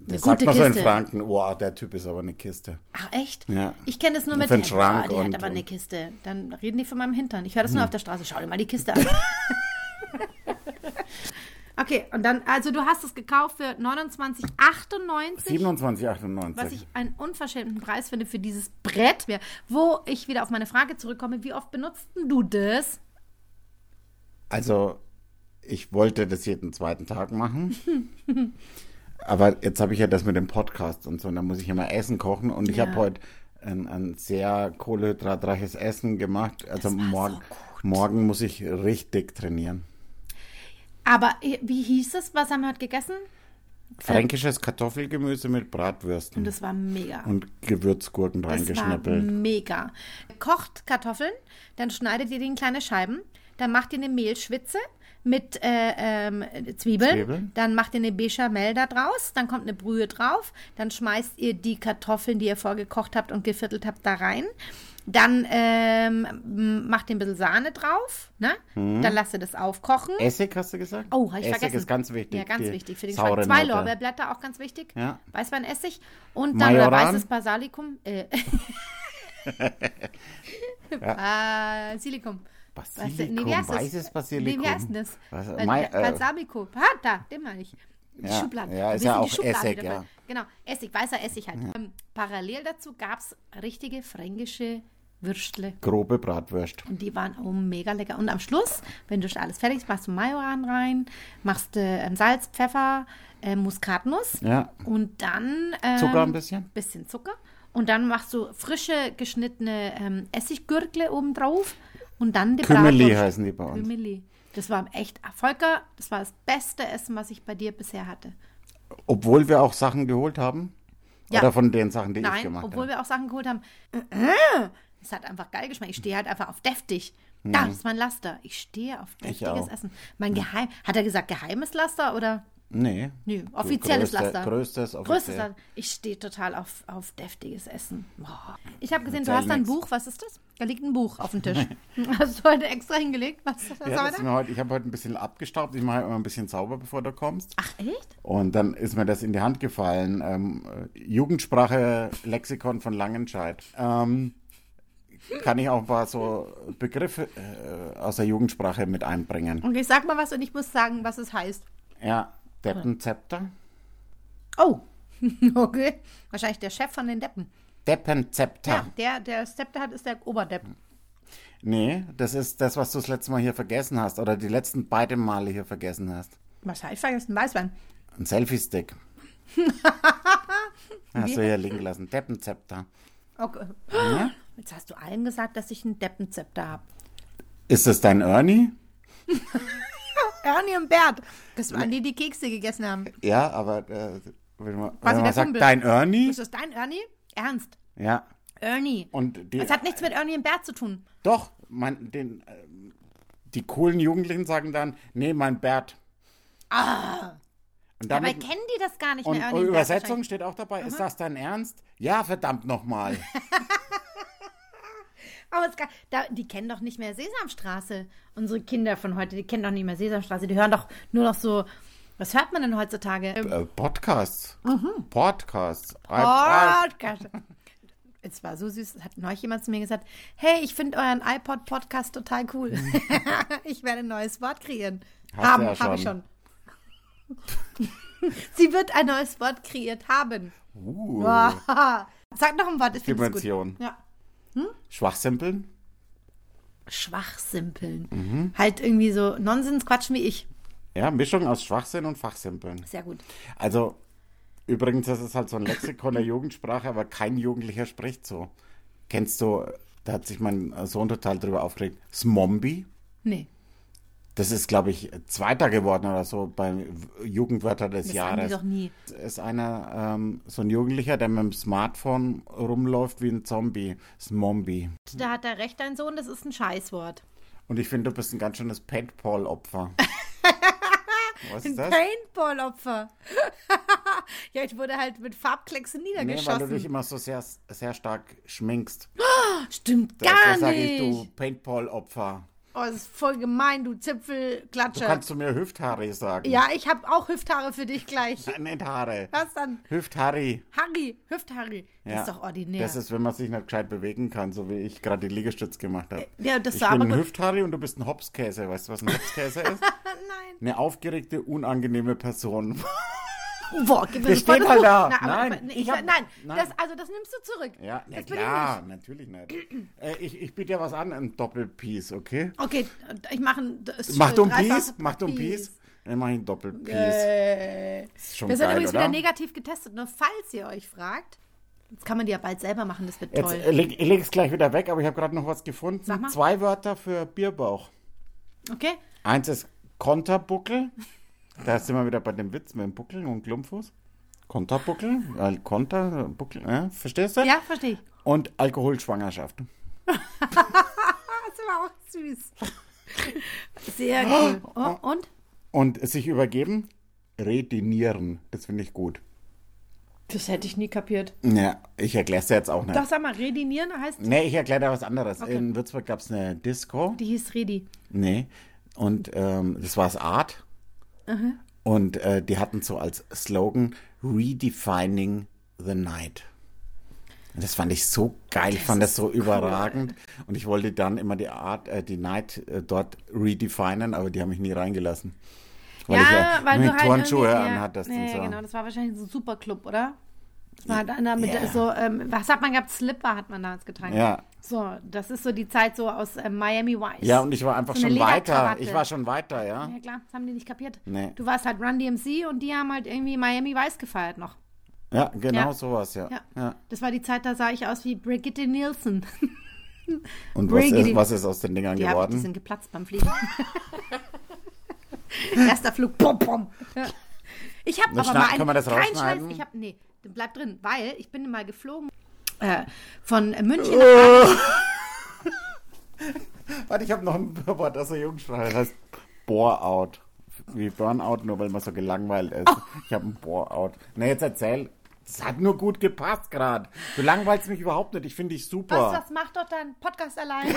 S1: Eine
S2: Das sagt
S1: gute
S2: man so in
S1: Kiste.
S2: Franken. Oh, der Typ ist aber eine Kiste.
S1: Ach, echt?
S2: Ja.
S1: Ich kenne das nur mit
S2: Für den
S1: der-
S2: Schrank
S1: Ah, der
S2: und-
S1: hat aber eine
S2: und- Hm.
S1: Kiste. Dann reden die von meinem Hintern. Ich höre das nur auf der Straße. Schau dir mal die Kiste an. okay, und dann, also du hast es gekauft für 29,98.
S2: 27, 98.
S1: Was ich einen unverschämten Preis finde für dieses Brett, mir- wo ich wieder auf meine Frage zurückkomme, wie oft benutzt denn du das?
S2: Also, ich wollte das jeden zweiten Tag machen. Aber jetzt habe ich ja das mit dem Podcast und so, und da muss ich immer Essen kochen. Und ich
S1: Ja.
S2: habe heute ein, ein sehr kohlenhydratreiches Essen gemacht. Also
S1: war so
S2: morgen,
S1: gut.
S2: morgen muss ich richtig trainieren.
S1: Aber äh, wie hieß es? Was haben wir heute gegessen?
S2: Fränkisches Kartoffelgemüse mit
S1: Äh,
S2: Bratwürsten
S1: Und das war mega.
S2: und Gewürzgurken
S1: Das war
S2: reingeschnippelt.
S1: mega. Kocht Kartoffeln, dann schneidet ihr die in kleine Scheiben, dann macht ihr eine Mehlschwitze mit äh, ähm, Zwiebeln,
S2: Zwiebeln.
S1: dann macht ihr eine Bechamel da draus, dann kommt eine Brühe drauf, dann schmeißt ihr die Kartoffeln, die ihr vorgekocht habt und geviertelt habt, da rein. Dann ähm, m- macht ihr ein bisschen Sahne drauf, ne?
S2: Mhm.
S1: Dann lasst ihr das aufkochen.
S2: Essig hast du gesagt?
S1: Oh, habe ich
S2: Essig
S1: vergessen.
S2: ist ganz wichtig.
S1: Ja, ganz
S2: die
S1: wichtig für den
S2: saure
S1: Geschmack. Zwei
S2: Note.
S1: Lorbeerblätter auch ganz wichtig.
S2: Ja.
S1: Weißweinessig und dann oder
S2: Majoran.
S1: weißes Basalikum. Äh. Basilikum.
S2: Basilikum,
S1: Weißt du, nee, wie heißt das?
S2: weißes Basilikum.
S1: Nee, wie heißt denn das?
S2: Was-
S1: Weil-
S2: Mai- äh,
S1: Balsamico. Ah, da, den meine ich. Die
S2: Ja,
S1: Schublade.
S2: ja,
S1: Wir
S2: ist ja
S1: sind die
S2: auch
S1: Schublade
S2: Essig,
S1: wieder
S2: ja.
S1: voll. Genau, Essig, weißer Essig halt. Ähm, parallel dazu gab es richtige fränkische Würstle.
S2: Grobe Bratwurst.
S1: Und die waren oh, mega lecker. Und am Schluss, wenn du schon alles fertig hast, machst du Majoran rein, machst äh, ähm, Salz, Pfeffer, äh, Muskatnuss
S2: Ja.
S1: und dann ähm,
S2: Zucker ein bisschen?
S1: Bisschen Zucker. Und dann machst du frische geschnittene ähm, Essiggürkle oben drauf und dann die
S2: Kümmeli
S1: Bratwurst.
S2: heißen die bei uns.
S1: Kümmeli. Das war echt Volker, das war das beste Essen, was ich bei dir bisher hatte.
S2: Obwohl wir auch Sachen geholt haben?
S1: Ja.
S2: Oder von den Sachen, die ich
S1: Nein,
S2: gemacht
S1: obwohl
S2: habe?
S1: wir auch Sachen geholt haben. Es hat einfach geil geschmeckt. Ich stehe halt einfach auf deftig. Da, Das ist mein Laster. Ich stehe auf deftiges
S2: Mhm. auch.
S1: Essen. Mein Geheim. Hat er gesagt, geheimes Laster oder?
S2: Nee.
S1: Nö, offizielles
S2: größte-
S1: Laster.
S2: größtes
S1: Größtes
S2: offiziell.
S1: Laster. Ich stehe total auf, auf deftiges Essen. Boah. Ich habe gesehen, du
S2: Erzähl
S1: hast ein
S2: nix.
S1: Buch. Was ist das? Da liegt ein Buch auf dem Tisch. hast du heute extra hingelegt? Was, was
S2: Ja,
S1: haben wir
S2: das ist
S1: da?
S2: mir heute, ich habe heute ein bisschen abgestaubt. Ich mache halt immer ein bisschen sauber, bevor du kommst.
S1: Ach, echt?
S2: Und dann ist mir das in die Hand gefallen. Ähm, äh, Jugendsprache, Lexikon von Langenscheid. Ähm, kann ich auch ein paar so Begriffe äh, aus der Jugendsprache mit einbringen.
S1: Und ich sag mal was und ich muss sagen, was es heißt.
S2: Ja, Deppenzepter.
S1: Oh. okay. Wahrscheinlich der Chef von den Deppen.
S2: Deppenzepter.
S1: Ja, der, der Stepter hat, ist der Oberdepp.
S2: Nee, das ist das, was du das letzte Mal hier vergessen hast. Oder die letzten beiden Male hier vergessen hast.
S1: Was habe ich vergessen? Weißwein.
S2: Ein Selfie-Stick. Hast du hier liegen lassen. Deppenzepter.
S1: Okay. Jetzt hast du allen gesagt, dass ich ein Deppenzepter habe.
S2: Ist das dein Ernie?
S1: Ernie und Bert. Das waren die, die Kekse gegessen haben.
S2: Ja, aber äh, wenn man,
S1: Quasi
S2: wenn
S1: der
S2: man sagt,
S1: Kumpel. Also
S2: dein Ernie?
S1: Ist das dein Ernie? Ernst.
S2: Ja.
S1: Ernie.
S2: Und die,
S1: das hat nichts mit Ernie und Bert zu tun.
S2: doch, mein, den, äh, die coolen Jugendlichen sagen dann, nee, mein Bert. Ah. Und
S1: Dabei
S2: damit,
S1: kennen die das gar nicht
S2: und
S1: mehr.
S2: und
S1: und Bert
S2: Übersetzung
S1: wahrscheinlich.
S2: steht auch dabei, ist das dein Ernst? Ja, verdammt nochmal.
S1: Aber es, kann- da, die kennen doch nicht mehr Sesamstraße. Unsere Kinder von heute, die kennen doch nicht mehr Sesamstraße. Die hören doch nur noch so. Was hört man denn heutzutage?
S2: äh, Podcasts.
S1: Mhm.
S2: Podcasts. iPod-
S1: Podcast. Oh, Es war so süß, es hat neulich jemand zu mir gesagt, hey, ich finde euren iPod-Podcast total cool. ich werde ein neues Wort kreieren.
S2: Hast
S1: haben,
S2: du ja
S1: habe ich schon.
S2: schon.
S1: Sie wird ein neues Wort kreiert haben.
S2: Uh,
S1: Sag noch ein Wort, ich finde es gut.
S2: Dimension.
S1: Ja.
S2: Schwachsimpeln?
S1: Schwachsimpeln.
S2: Mhm.
S1: Halt irgendwie so Nonsens quatschen wie ich.
S2: Ja, Mischung aus Schwachsinn und Fachsimpeln.
S1: Sehr gut.
S2: Also, übrigens, das ist halt so ein Lexikon der Jugendsprache, aber kein Jugendlicher spricht so. Kennst du, da hat sich mein Sohn total drüber aufgeregt, Smombi?
S1: Nee.
S2: Das ist, glaube ich, Zweiter geworden oder so beim Jugendwörter des
S1: Das sagen die
S2: Jahres.
S1: doch nie.
S2: Das ist einer, ähm, so ein Jugendlicher, der mit dem Smartphone rumläuft wie ein Zombie. Smombi.
S1: Da hat er recht, dein Sohn, das ist ein Scheißwort.
S2: Und ich finde, du bist ein ganz schönes Paintball-Opfer. Was
S1: Ein
S2: ist das?
S1: Paintball-Opfer. ja, ich wurde halt mit Farbklecksen
S2: Nee, weil du
S1: niedergeschossen.
S2: dich immer so sehr, sehr stark schminkst.
S1: Stimmt
S2: Da-
S1: gar
S2: da sag
S1: nicht.
S2: ich, du Paintball-Opfer.
S1: Oh, das ist voll gemein, du
S2: Du
S1: Zipfelklatsche.
S2: kannst zu mir Hüfthaare sagen.
S1: Ja, ich habe auch Hüfthaare für dich gleich.
S2: Nein, Nicht Haare.
S1: Was dann?
S2: Hüfthaari.
S1: Harry, Hüftharry. Das
S2: Ja.
S1: ist doch ordinär.
S2: Das ist, wenn man sich nicht gescheit bewegen kann, so wie ich gerade die Liegestütz gemacht habe.
S1: ja, das
S2: ich
S1: war
S2: bin
S1: aber
S2: ein
S1: gut.
S2: Hüfthaari und du bist ein Hopskäse. Weißt du, was ein Hopskäse ist?
S1: Nein.
S2: Eine aufgeregte, unangenehme Person.
S1: Boah, gib mir
S2: Der
S1: sofort
S2: steht
S1: das
S2: halt
S1: Buch.
S2: da.
S1: Nein, aber-
S2: Nein,
S1: aber- nee,
S2: ich
S1: ich,
S2: hab-
S1: nein.
S2: nein.
S1: Das, also das nimmst du zurück.
S2: Ja, na
S1: das will
S2: klar, natürlich nicht. äh, ich, ich biete dir was an, ein Doppelpiece, okay?
S1: Ich nicht. Okay, ich mache ein
S2: Macht um Piece, macht um Piece. Dann mach ich ein Doppelpiece.
S1: Äh,
S2: ist schon
S1: wir sind
S2: geil,
S1: übrigens
S2: oder?
S1: wieder negativ getestet, nur falls ihr euch fragt. Das kann man die ja bald selber machen, das wird
S2: Jetzt
S1: toll.
S2: äh, leg, ich leg's gleich wieder weg, aber ich habe gerade noch was gefunden.
S1: Sag mal.
S2: Zwei Wörter für Bierbauch.
S1: Okay?
S2: Eins ist Konterbuckel. Da sind wir wieder bei dem Witz mit dem Buckel und Klumpfuß. Konterbuckel, äh, Konter, Buckel, äh, verstehst du?
S1: Ja, verstehe ich.
S2: Und Alkoholschwangerschaft.
S1: Das ist aber auch süß. Sehr cool. Oh, und?
S2: Und sich übergeben, retinieren. Das finde ich gut.
S1: Das hätte ich nie kapiert.
S2: Ja, ich erkläre es dir jetzt auch nicht.
S1: Doch, sag mal, redinieren heißt.
S2: Nee, ich erkläre dir was anderes. In Würzburg gab es eine Disco.
S1: Die hieß Redi.
S2: Nee. Und ähm, das war das Art. Und äh, die hatten so als Slogan Redefining the Night. Und das fand ich so geil, ich fand das so überragend. Und ich wollte dann immer die Art, äh, die Night äh, dort redefinen, aber die haben mich nie reingelassen. Weil ich ja nur die Turnschuhe
S1: halt irgendwie- ja,
S2: anhattest
S1: ja,
S2: und so.
S1: ja, genau, das war wahrscheinlich so ein Superclub, oder? Das war dann da mit so, ähm, was hat man gehabt? Slipper hat man damals getragen.
S2: Ja.
S1: So, das ist so die Zeit so aus ähm, Miami Vice.
S2: Ja, und ich war einfach
S1: So eine
S2: schon weiter.
S1: Lederkrawatte.
S2: Ich war schon weiter, ja.
S1: Ja klar, das haben die nicht kapiert.
S2: Nee.
S1: Du warst halt Run DMC und die haben halt irgendwie Miami Vice gefeiert noch.
S2: Ja, genau
S1: Ja.
S2: sowas, ja.
S1: Ja.
S2: ja.
S1: Das war die Zeit, da sah ich aus wie Brigitte Nielsen.
S2: Und was ist,
S1: Brigitte.
S2: was ist aus den Dingern
S1: Die, hab, die
S2: geworden?
S1: sind geplatzt beim Fliegen. Erster Flug, pom, pom. Ich habe
S2: Na,
S1: aber
S2: schna-
S1: mal einen,
S2: kann man das
S1: kein Scheiß,
S2: rausschneiden?
S1: ich habe nee, bleib drin, weil ich bin mal geflogen äh, von München nach Paris.
S2: Warte, ich habe noch ein Wort aus der Jugendsprache. Das heißt Bore-out. Wie Burnout, nur weil man so gelangweilt ist. Ich habe ein Bore-out. Na, jetzt erzähl. Das hat nur gut gepasst gerade. Du langweilst mich überhaupt nicht. Ich finde dich
S1: Was,
S2: super.
S1: was macht doch dein Podcast alleine?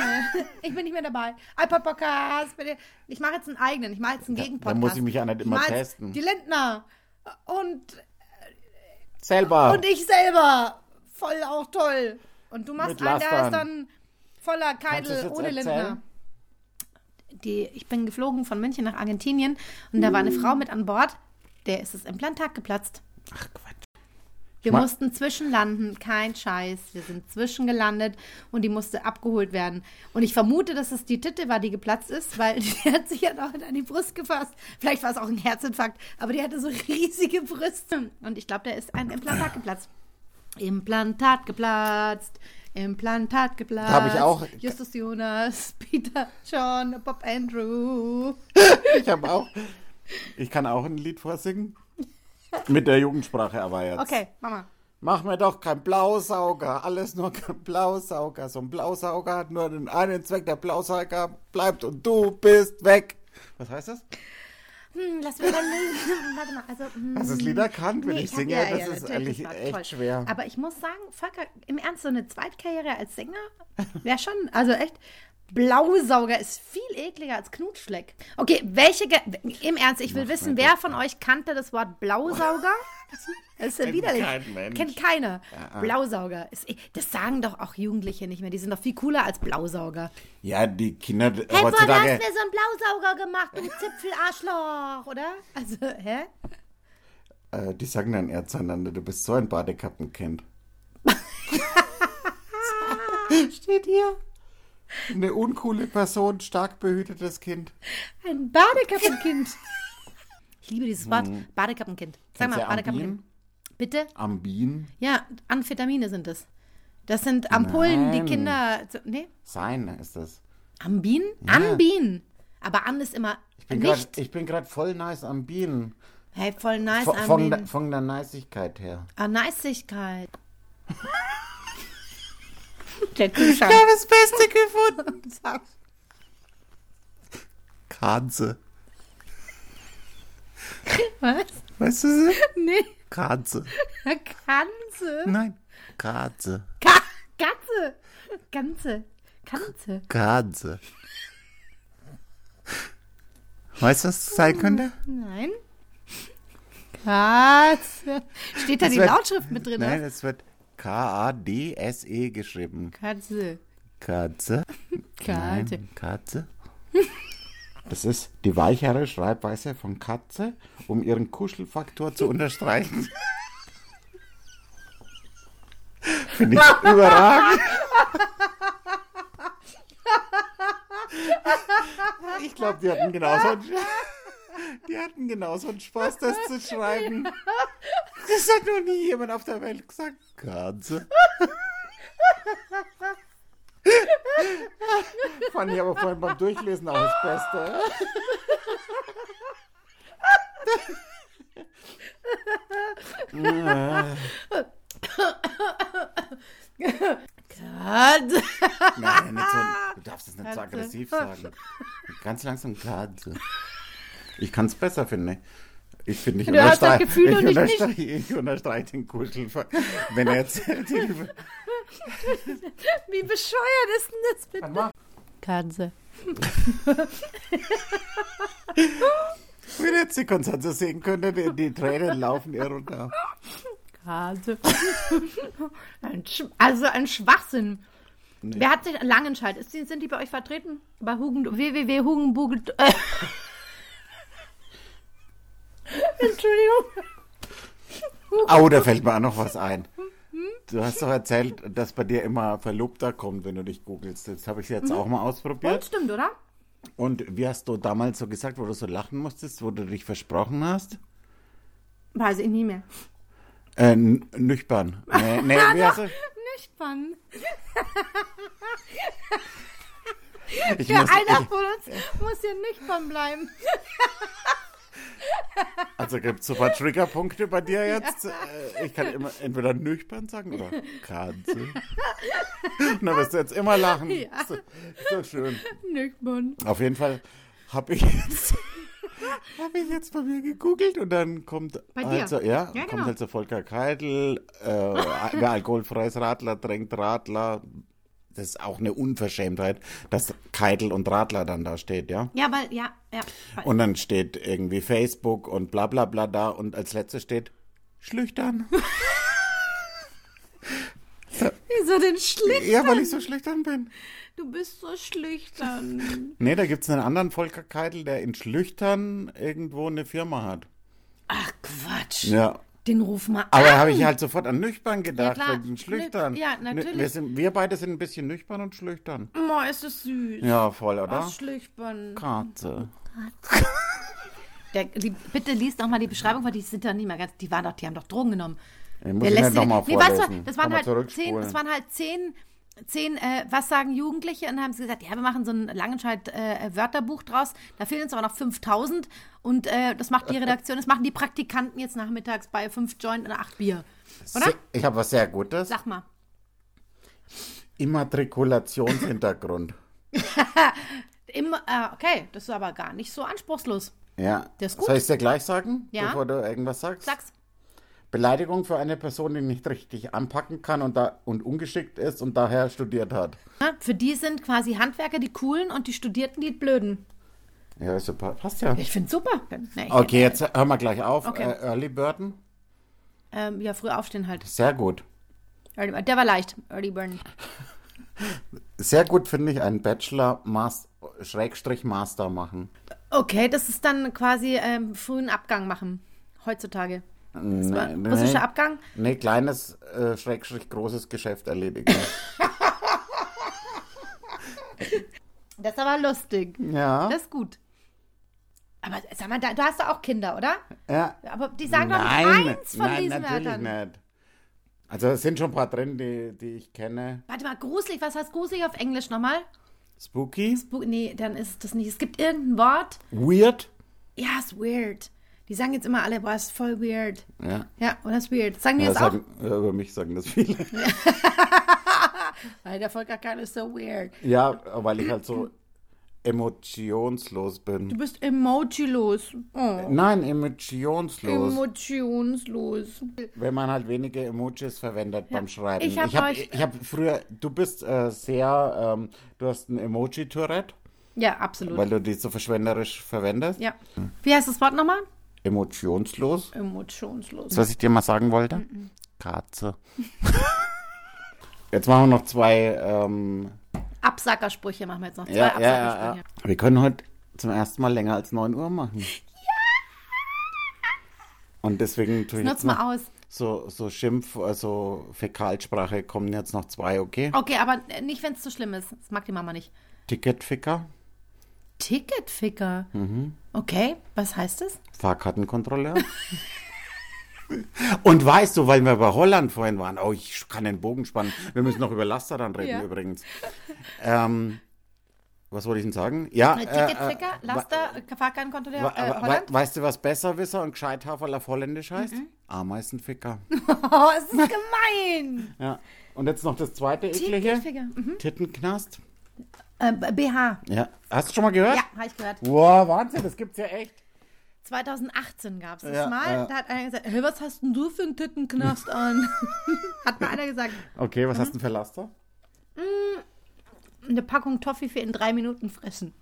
S1: ich bin nicht mehr dabei. iPod Podcast, bitte. Ich mache jetzt einen eigenen, ich mache jetzt einen Gegenpodcast.
S2: dann muss ich mich ja nicht immer
S1: mach jetzt
S2: testen.
S1: Die Lindner und
S2: Selber.
S1: Und ich selber. Voll auch toll. Und du machst
S2: Mit
S1: einen, der
S2: Lastern.
S1: ist dann voller
S2: Kannst du's
S1: Keitel
S2: jetzt
S1: ohne
S2: erzählen?
S1: Lindner. Die, ich bin geflogen von München nach Argentinien und da war
S2: Mm.
S1: eine Frau mit an Bord, der ist das Implantat geplatzt.
S2: Ach Quatsch.
S1: Wir
S2: Ma-
S1: mussten zwischenlanden, kein Scheiß. Wir sind zwischengelandet und die musste abgeholt werden. Und ich vermute, dass es die Titte war, die geplatzt ist, weil die hat sich ja noch an die Brust gefasst. Vielleicht war es auch ein Herzinfarkt, aber die hatte so riesige Brüste. Und ich glaube, da ist ein Implantat geplatzt. Implantat geplatzt. Implantat geplatzt.
S2: Hab ich auch-
S1: Justus Jonas, Peter, John, Bob Andrew.
S2: Ich habe auch. Ich kann auch ein Lied vorsingen. Mit der Jugendsprache aber jetzt.
S1: Okay, Mama.
S2: Mach mir doch kein Blausauger, alles nur kein Blausauger. So ein Blausauger hat nur den einen Zweck, der Blausauger bleibt und du bist weg. Was heißt das?
S1: Hm, lass mich mal. Warte mal. Also, hm.
S2: Hast du das Lied erkannt, wenn
S1: Nee,
S2: ich
S1: hab-
S2: singe?
S1: ja,
S2: das
S1: ja,
S2: ist
S1: natürlich,
S2: eigentlich
S1: das war
S2: echt
S1: toll.
S2: schwer.
S1: Aber ich muss sagen, Volker, im Ernst, so eine Zweitkarriere als Sänger wäre schon, also echt, Blausauger ist viel ekliger als Knutschleck. Okay, welche, Ge im Ernst, ich will wissen, wer von euch kannte das Wort Blausauger? Das ist ja
S2: Kennt
S1: widerlich.
S2: kein Mensch. ah.
S1: Kennt keiner. Blausauger. Ist, e- das sagen doch auch Jugendliche nicht mehr. Die sind doch viel cooler als Blausauger.
S2: Ja, die Kinder äh,
S1: Hey, vorhin hast du
S2: heutzutage.
S1: mir so einen Blausauger gemacht, du Zipfelarschloch, oder? Also, hä?
S2: Äh, die sagen dann eher zueinander, du bist so ein Badekappenkind. Steht hier. Eine uncoole Person, stark behütetes Kind.
S1: Ein Badekappenkind. Ich liebe dieses Wort, Badekappenkind. Sag
S2: Hm. Kennst
S1: mal,
S2: du
S1: Badekappenkind. Bitte?
S2: Ambien?
S1: Ja, Amphetamine sind das. Das sind Ampullen,
S2: Nein.
S1: die Kinder. zu- Nee,
S2: Sein ist das.
S1: Ambien? Ambien. Aber An ist immer
S2: Ich bin
S1: nicht.
S2: grad- Ich bin gerade voll nice am Bienen.
S1: Hey, voll nice,
S2: Von, von, der-
S1: Ambien.
S2: von der Neisigkeit her.
S1: Ah, Neißigkeit. Der Kühlschrank.
S2: habe das Beste gefunden. Kanze.
S1: Was?
S2: Weißt du sie?
S1: Nee,
S2: Kanze.
S1: Kanze.
S2: Nein. Kanze.
S1: Ka Katze. Ganze. Kanze.
S2: Kanze. Weißt du, was das sein könnte?
S1: Nein. Katze. Steht da
S2: Das
S1: die
S2: wird-
S1: Lautschrift mit drin?
S2: Nein,
S1: Nein.
S2: es wird K-A-D-S-E E geschrieben.
S1: Katze.
S2: Katze.
S1: Katze.
S2: Nein, Katze. Das ist die weichere Schreibweise von Katze, um ihren Kuschelfaktor zu unterstreichen. Finde ich überragend. Ich glaube, die hatten genauso einen, die hatten genauso einen Spaß, das zu schreiben. Das hat noch nie jemand auf der Welt gesagt. Katze. Fand ich aber vorhin beim Durchlesen auch das Beste.
S1: Katze.
S2: Nein, nicht so, du darfst es nicht so
S1: Katze.
S2: aggressiv sagen. Ganz langsam Katze. Ich kann es besser finden. ne? Ich finde, ich
S1: Du hast das
S2: unterstrei-
S1: Gefühl und ich nicht.
S2: unterstreiche ich unterstreiche den Kuschelfaktor. Wenn er jetzt die,
S1: Wie bescheuert ist denn das bitte?
S2: mal.
S1: Katze.
S2: wenn ihr jetzt die Konstanze sehen könntet, die, die Tränen laufen ihr runter.
S1: Katze. ein Sch- also ein Schwachsinn. Wer hat sich Langenscheid? Ist die, sind die bei euch vertreten? Bei Hugen, www.hugenbugel. Äh. Entschuldigung.
S2: Au, da fällt mir auch noch was ein. Du hast doch erzählt, dass bei dir immer Verlobter kommt, wenn du dich googelst. Das habe ich jetzt
S1: Mhm.
S2: auch mal ausprobiert.
S1: Und stimmt, oder?
S2: Und wie hast du damals so gesagt, wo du so lachen musstest, wo du dich versprochen hast?
S1: Weiß ich nie mehr.
S2: Äh, n- nüchtern. Nee, nee, wie hast du?
S1: Nicht spannend.
S2: Ich
S1: Ja,
S2: muss,
S1: einer
S2: ich,
S1: von uns muss hier nüchtern bleiben.
S2: also gibt es so ein paar Triggerpunkte bei dir jetzt. Äh, Ich kann immer entweder nüchtern sagen oder Katze. Na, wirst du jetzt immer lachen. Ist, doch, ist doch schön.
S1: Nüchtern.
S2: Auf jeden Fall habe ich jetzt habe ich jetzt bei mir gegoogelt und dann kommt
S1: Bei dir?
S2: halt so, ja,
S1: Ja, genau.
S2: kommt halt so Volker Keitel, äh, wer alkoholfreies Radler trinkt Radler. Das ist auch eine Unverschämtheit, dass Keitel und Radler dann da steht, ja.
S1: Ja, weil, ja, ja.
S2: Und dann steht irgendwie Facebook und bla bla bla da und als letztes steht Schlüchtern.
S1: Wieso denn schlicht?
S2: ja, weil ich so schlüchtern bin.
S1: Du bist so schlüchtern.
S2: Nee, da gibt es einen anderen Volker Keitel, der in Schlüchtern irgendwo eine Firma hat.
S1: Ach, Quatsch.
S2: Ja.
S1: Den ruf mal
S2: Aber
S1: an.
S2: habe ich halt sofort an nüchtern gedacht,
S1: Ah. klar.
S2: wegen schlüchtern.
S1: Nü- ja,
S2: Nü-
S1: natürlich.
S2: Wir, sind, wir beide sind ein bisschen nüchtern und schlüchtern.
S1: Oh, ist das süß.
S2: Ja, voll,
S1: Ach,
S2: oder?
S1: Schlüchtern.
S2: Katze.
S1: Der, die, bitte liest doch mal die Beschreibung, weil die sind da nicht mehr ganz. Die waren doch, die haben doch Drogen genommen.
S2: Ich muss ihn halt
S1: dir-
S2: nochmal
S1: nee, weißt du,
S2: vorlesen.
S1: was, das waren
S2: Nochmal
S1: halt zehn,
S2: zurückspulen.
S1: das waren halt zehn, zehn äh, was sagen Jugendliche und haben sie gesagt, ja, wir machen so ein Langenscheid-Wörterbuch draus. Da fehlen uns aber noch 5000 und äh, das macht die Redaktion, das machen die Praktikanten jetzt nachmittags bei fünf Joint und acht Bier. Oder?
S2: Se- Ich habe was sehr Gutes.
S1: Sag mal.
S2: Immatrikulationshintergrund.
S1: Im, äh, okay, das ist aber gar nicht so anspruchslos.
S2: ja.
S1: Das ist gut.
S2: Soll ich es dir gleich sagen,
S1: Ja.
S2: bevor du irgendwas sagst?
S1: Sag's.
S2: Beleidigung für eine Person, die nicht richtig anpacken kann und, da, und ungeschickt ist und daher studiert hat.
S1: Ja, Für die sind quasi Handwerker die Coolen und die Studierten die Blöden.
S2: Ja, ist super. Passt ja.
S1: Ich find's super. Nee, ich-
S2: Okay, jetzt hören wir gleich auf.
S1: Okay.
S2: Äh, Early Burton.
S1: Ähm, ja, früh aufstehen halt.
S2: Sehr gut.
S1: Early Burn. Der war leicht. Early Burn.
S2: Sehr gut finde ich einen Bachelor Mas Schrägstrich Master machen.
S1: Okay, das ist dann quasi ähm, frühen Abgang machen. Heutzutage. Das war
S2: Nee,
S1: russischer
S2: nee.
S1: Abgang.
S2: Nee, kleines äh, Schrägstrich großes Geschäft erledigen.
S1: Das ist aber lustig.
S2: ja.
S1: Das ist gut. Aber sag mal, da, du hast doch auch Kinder, oder?
S2: ja.
S1: Aber die sagen doch
S2: Nein,
S1: nicht eins von
S2: nein,
S1: diesen
S2: natürlich
S1: Wörtern.
S2: nicht. Also es sind schon ein paar drin, die, die ich kenne.
S1: Warte mal, gruselig. Was heißt gruselig auf Englisch nochmal?
S2: Spooky,
S1: Bu- Nee, dann ist das nicht. Es gibt irgendein Wort.
S2: weird.
S1: Ja, ist weird. Die sagen jetzt immer alle, boah, ist voll weird.
S2: Ja.
S1: Ja, oder ist weird. Sagen die
S2: Ja,
S1: das auch?
S2: sagen, ja, über mich sagen das viele.
S1: Weil der Volker Karl ist so weird.
S2: ja, weil ich halt so emotionslos bin.
S1: Du bist emojilos. Oh.
S2: Nein, emotionslos.
S1: Emotionslos.
S2: wenn man halt wenige Emojis verwendet beim Schreiben.
S1: ich
S2: Ich
S1: hab
S2: habe hab,
S1: euch-
S2: ich hab früher, du bist äh, sehr, ähm, du hast ein Emoji-Tourette.
S1: Ja, absolut.
S2: weil du die so verschwenderisch verwendest.
S1: ja. Wie heißt das Wort nochmal?
S2: Emotionslos.
S1: Emotionslos.
S2: Das, was ich dir mal sagen wollte? Katze. Jetzt machen wir noch zwei. Ähm,
S1: Absackersprüche machen wir jetzt noch. Zwei
S2: ja, ja, ja,
S1: Absackersprüche.
S2: ja. Wir können heute zum ersten Mal länger als 9 Uhr machen. Ja! Und deswegen tue ich jetzt
S1: Nutz mal
S2: noch
S1: aus.
S2: so, so Schimpf, also Fäkalsprache kommen jetzt noch zwei, okay?
S1: Okay, aber nicht, wenn es zu schlimm ist. Das mag die Mama nicht.
S2: Ticketficker,
S1: Ticketficker.
S2: Mhm.
S1: Okay, was heißt das?
S2: Fahrkartenkontrolleur. Und weißt du, weil wir bei Holland vorhin waren, oh, ich kann den Bogen spannen. Wir müssen noch über Laster dann reden
S1: Ja.
S2: übrigens. Ähm, was wollte ich denn sagen? Ja,
S1: Äh,
S2: äh,
S1: Ticketficker,
S2: äh,
S1: Laster, äh, Fahrkartenkontrolleur,
S2: Wa-
S1: äh,
S2: wa-
S1: Holland? Mhm.
S2: weißt du, was Besserwisser und Gescheithafer auf Holländisch heißt? Ameisenficker.
S1: Oh, es ist gemein.
S2: ja. Und jetzt noch das zweite eklige.
S1: Ticketficker. Mhm.
S2: Tittenknast.
S1: Äh, BH.
S2: Ja. Hast du schon mal gehört?
S1: Ja, habe ich gehört.
S2: Wow, Wahnsinn, das gibt's ja echt.
S1: 2018 gab es das
S2: Ja,
S1: mal.
S2: ja.
S1: Da hat einer gesagt, hey, was hast denn du für einen Tittenknast an? hat mal einer gesagt,
S2: Okay,
S1: Mhm.
S2: was hast du denn für Laster?
S1: eine Packung Toffee für in drei Minuten fressen.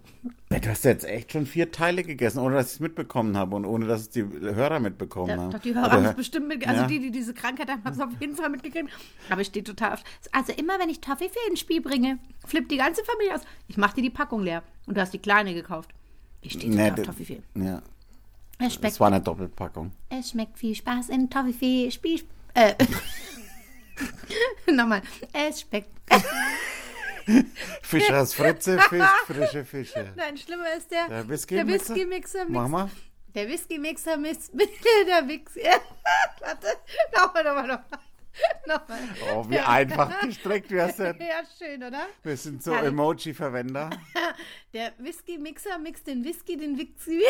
S2: Ey, Du hast jetzt echt schon vier Teile gegessen, ohne dass ich es mitbekommen habe und ohne dass es die Hörer mitbekommen
S1: Da,
S2: haben.
S1: doch, die Hörer
S2: Ne? Aber-
S1: haben es bestimmt mitgekriegt. Also
S2: Ja.
S1: die, die diese Krankheit haben, haben es auf jeden Fall mitgekriegt. Aber ich stehe total auf. Also immer, wenn ich Toffee für ins Spiel bringe, flippt die ganze Familie aus. Ich mache dir die Packung leer. Und du hast die kleine gekauft. Ich stehe total
S2: Nee,
S1: auf
S2: Ne, das-
S1: Toffee
S2: ja,
S1: Es schmeckt,
S2: das war eine Doppelpackung.
S1: es schmeckt viel Spaß in Toffee Spiel. Äh. Nochmal. Es schmeckt.
S2: Fischers Fritze, Fisch, frische Fische.
S1: Nein, schlimmer ist der,
S2: Der Whisky
S1: der
S2: Mixer?
S1: Whisky-Mixer.
S2: Mach mal.
S1: Der Whisky-Mixer misst mit der Wix. Warte, nochmal, nochmal, nochmal. Nochmal.
S2: Oh, wie einfach gestreckt wir sind.
S1: Ja, schön, oder?
S2: Wir sind so
S1: Herrlich.
S2: Emoji-Verwender.
S1: Der Whisky-Mixer mixt den Whisky, den Whisky.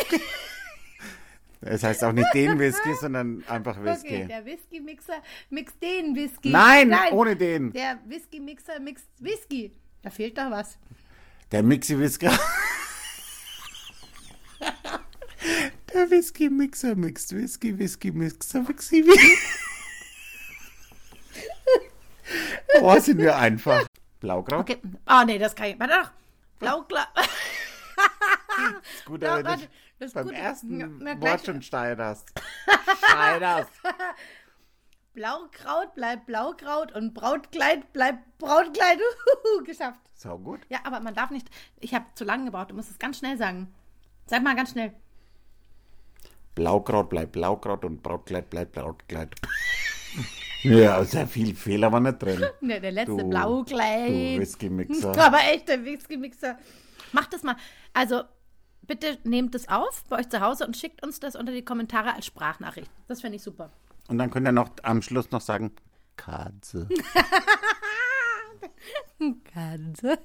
S2: Das heißt auch nicht den Whisky, sondern einfach
S1: Okay,
S2: Whisky.
S1: der Whisky-Mixer mixt den Whisky.
S2: Nein, ohne den.
S1: Der Whisky-Mixer mixt Whisky. Da fehlt doch was.
S2: Der Mixi-Whisky. Der Whisky-Mixer mixt Whisky, Whisky-Mixer, Whisky. Boah, Oh, sind wir einfach. Blaugrau?
S1: Okay. Ah, nee, das kann ich. Warte doch. Blau, klar.
S2: ist gut,
S1: Ja,
S2: aber
S1: warte,
S2: nicht
S1: das ist
S2: beim
S1: gut. Ja,
S2: ersten
S1: na, gleich.
S2: Wort schon steinerst. Steinerst.
S1: Blaukraut bleibt Blaukraut und Brautkleid bleibt Brautkleid. Uhuhu, geschafft.
S2: So gut.
S1: Ja, aber man darf nicht. Ich habe zu lange gebraucht. Du musst es ganz schnell sagen. Sag mal ganz schnell.
S2: Blaukraut bleibt Blaukraut und Brautkleid bleibt Brautkleid. ja, sehr viel Fehler war nicht drin.
S1: Ne, der letzte
S2: Du-
S1: Blaukleid.
S2: du Whisky-Mixer.
S1: Aber echt, der Whisky-Mixer. Macht das mal. Also, bitte nehmt das auf bei euch zu Hause und schickt uns das unter die Kommentare als Sprachnachricht. Das fände ich super.
S2: Und dann könnt ihr noch am Schluss noch sagen, Katze.
S1: Katze.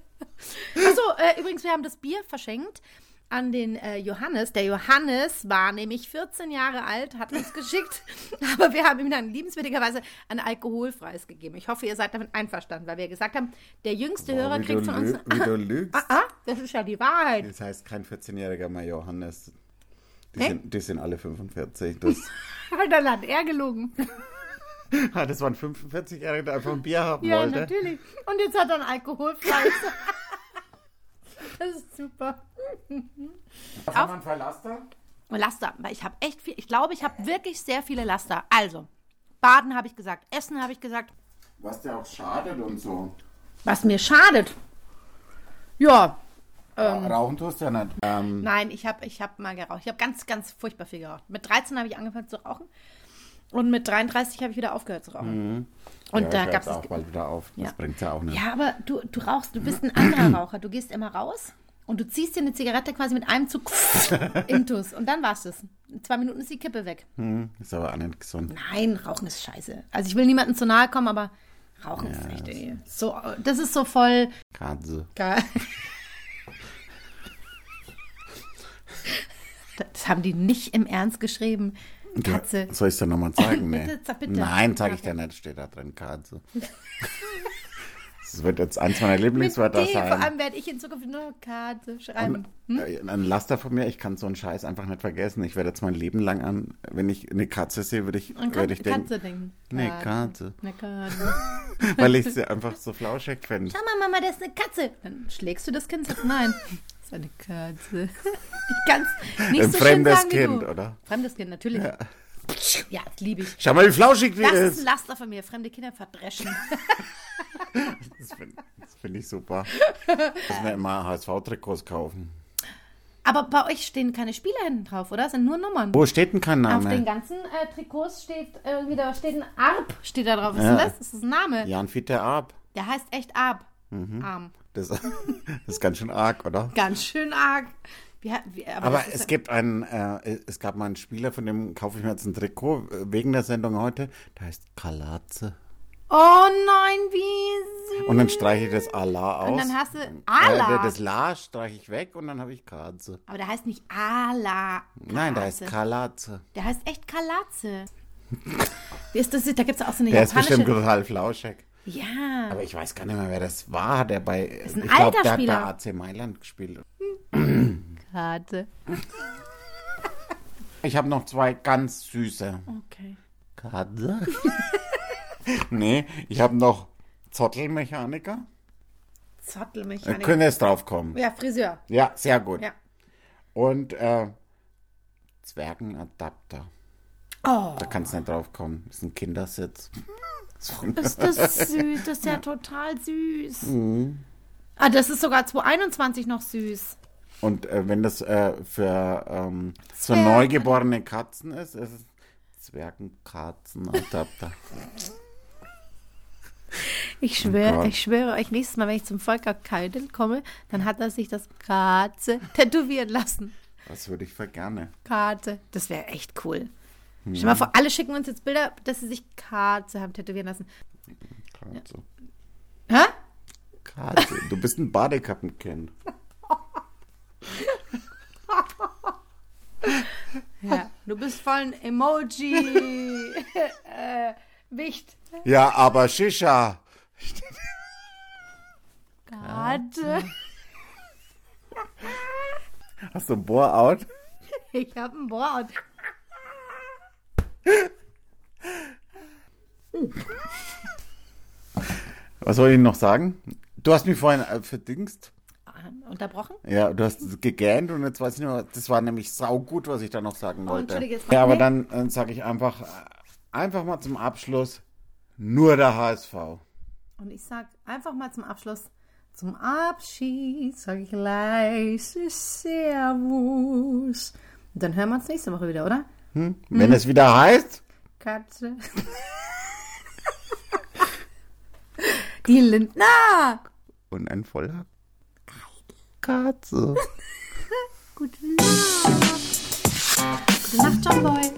S1: Achso, äh, übrigens, wir haben das Bier verschenkt an den äh, Johannes. Der Johannes war nämlich 14 Jahre alt, hat uns geschickt, aber wir haben ihm dann liebenswürdigerweise ein alkoholfreies gegeben. Ich hoffe, ihr seid damit einverstanden, weil wir gesagt haben, der jüngste Hörer
S2: Oh, wie, du
S1: kriegt von uns.
S2: lü- wie du lügst.
S1: Ah, das ist ja die Wahrheit.
S2: Das heißt kein 14-jähriger mehr Johannes. Die,
S1: Hä?
S2: sind, die sind alle 45. Das,
S1: Dann hat er gelogen.
S2: Ah, das waren 45-Jährige, die einfach ein Bier haben
S1: Ja,
S2: wollte.
S1: natürlich. Und jetzt hat er ein alkoholfreies. das ist super.
S2: Was haben wir einen Verlaster?
S1: Laster, weil ich habe echt viel, ich glaube, ich habe wirklich sehr viele Laster. Also, Baden habe ich gesagt, Essen habe ich gesagt.
S2: Was der auch schadet und so.
S1: Was mir schadet. Ja, Ähm.
S2: Rauchen tust du ja nicht. Ähm,
S1: nein, ich habe ich hab mal geraucht. Ich habe ganz, ganz furchtbar viel geraucht. Mit 13 habe ich angefangen zu rauchen und mit 33 habe ich wieder aufgehört zu rauchen. Und
S2: Mhm. ja,
S1: da
S2: ich
S1: gab es
S2: auch bald wieder auf. Das
S1: Ja.
S2: bringt ja auch nicht.
S1: Ja, aber du, du rauchst, du bist ein anderer Raucher. Du gehst immer raus und du ziehst dir eine Zigarette quasi mit einem Zug intus und dann war's das. In zwei Minuten ist die Kippe weg.
S2: Ist aber auch nicht gesund.
S1: Nein, Rauchen ist scheiße. Also ich will niemandem zu nahe kommen, aber Rauchen ist echt ey. so. Das ist so voll.
S2: Katze.
S1: geil. Das haben die nicht im Ernst geschrieben. Katze.
S2: Ja, Soll ich es dir nochmal zeigen? Nee.
S1: Bitte, sag bitte.
S2: Nein, zeige ich dir nicht. Steht da drin, Katze. das wird jetzt eins meiner Lieblingswörter
S1: Mit D, Vor
S2: sein.
S1: allem werde ich in Zukunft nur Katze schreiben.
S2: Äh, Ein Laster von mir, ich kann so einen Scheiß einfach nicht vergessen. Ich werde jetzt mein Leben lang an, wenn ich eine Katze sehe, würde ich,
S1: Und
S2: würde ich denken,
S1: Katze denken.
S2: Nee, Katze.
S1: Katze. Eine Katze.
S2: weil ich sie einfach so flauschig finde.
S1: Mama, Mama, das ist eine Katze. Dann schlägst du das Kind und sagst, nein, ist eine Katze. Ich kann es nicht
S2: Ein
S1: so
S2: fremdes
S1: schön sagen
S2: Kind,
S1: wie du.
S2: oder?
S1: Fremdes Kind, natürlich. Ja, das liebe ich.
S2: Schau mal, wie flauschig die
S1: Das ist
S2: ist.
S1: ein Laster von mir, fremde Kinder verdreschen.
S2: Das finde find ich super. Muss man immer HSV-Trikots kaufen.
S1: Aber bei euch stehen keine Spieler hinten drauf, oder? Es sind nur Nummern.
S2: Wo steht denn kein
S1: Auf den
S2: Name?
S1: ganzen äh, Trikots steht irgendwie, da steht ein Arp, steht da drauf. Was
S2: Ja. Mhm.
S1: ist denn das? Das ist ein Name.
S2: Jan Fiete Arp.
S1: Der heißt echt Arp. Arm.
S2: Das, das ist ganz schön arg, oder?
S1: Ganz schön arg. Wie, ha- wie, aber
S2: Aber
S1: das ist
S2: es
S1: ja-
S2: gibt einen, äh, es gab mal einen Spieler, von dem kaufe ich mir jetzt ein Trikot äh, wegen der Sendung heute. Der heißt Kalatze.
S1: Oh nein, wie süß.
S2: Und dann streiche ich das Allah aus.
S1: Und dann hast du
S2: Äh,
S1: Ala.
S2: das La streiche ich weg und dann habe ich Katze.
S1: aber der heißt nicht Ala.
S2: Nein, da heißt
S1: Kalatze.
S2: Kalatze.
S1: Der heißt echt Kalatze. ist das, da gibt es auch so eine
S2: Der ist
S1: japanische.
S2: bestimmt total flauschig.
S1: ja.
S2: Aber ich weiß gar nicht mehr, wer das war, der bei. Ist
S1: ein
S2: ich glaube,
S1: alter
S2: der hat bei
S1: Spieler.
S2: AC Mailand gespielt.
S1: Karte.
S2: Ich habe noch zwei ganz süße.
S1: Okay.
S2: Katze? nee, ich habe noch Zottelmechaniker. Da
S1: Zottelmechanik.
S2: können wir jetzt drauf kommen.
S1: ja, Friseur.
S2: Ja, sehr gut.
S1: Ja.
S2: Und äh, Zwergenadapter.
S1: Oh,
S2: Da kannst du nicht drauf kommen. Ist ein Kindersitz.
S1: ist das süß. Das ist ja total süß.
S2: Mhm.
S1: Ah, das ist sogar 2021 noch süß.
S2: Und äh, wenn das äh, für ähm, so
S1: Zwerg-
S2: neugeborene Katzen ist, ist es Zwergenkatzenadapter.
S1: Ich schwöre,
S2: Oh Gott.
S1: ich schwöre euch, nächstes Mal, wenn ich zum Volker Keidel komme, dann hat er sich das Katze tätowieren lassen.
S2: das würde ich voll gerne.
S1: Katze. Das wäre echt cool. Stell
S2: Mhm.
S1: mal vor, alle schicken uns jetzt Bilder, dass sie sich Katze haben tätowieren lassen.
S2: Katze.
S1: Hä?
S2: Katze. Du bist ein Badekappenkind.
S1: Ja. Du bist voll ein Emoji. äh, Wicht.
S2: Ja, aber Shisha.
S1: Katze.
S2: Hast du ein Bore-out?
S1: Ich hab ein Wort.
S2: Was soll ich noch sagen? Du hast mich vorhin äh, verdingst.
S1: Unterbrochen?
S2: Ja, du hast gegähnt und jetzt weiß ich nur, das war nämlich saugut, was ich da noch sagen wollte.
S1: entschuldige, es war-
S2: ja, aber
S1: nee.
S2: dann, dann sage ich einfach, äh, einfach mal zum Abschluss, nur der HSV.
S1: Und ich sag einfach mal zum Abschluss, zum Abschied sage ich leise Servus. Und dann hören wir uns nächste Woche wieder, oder?
S2: Wenn es wieder heißt,
S1: Katze. Die Lindner.
S2: und ein voller Katze.
S1: Gute Nacht. Gute Nacht, John Boy.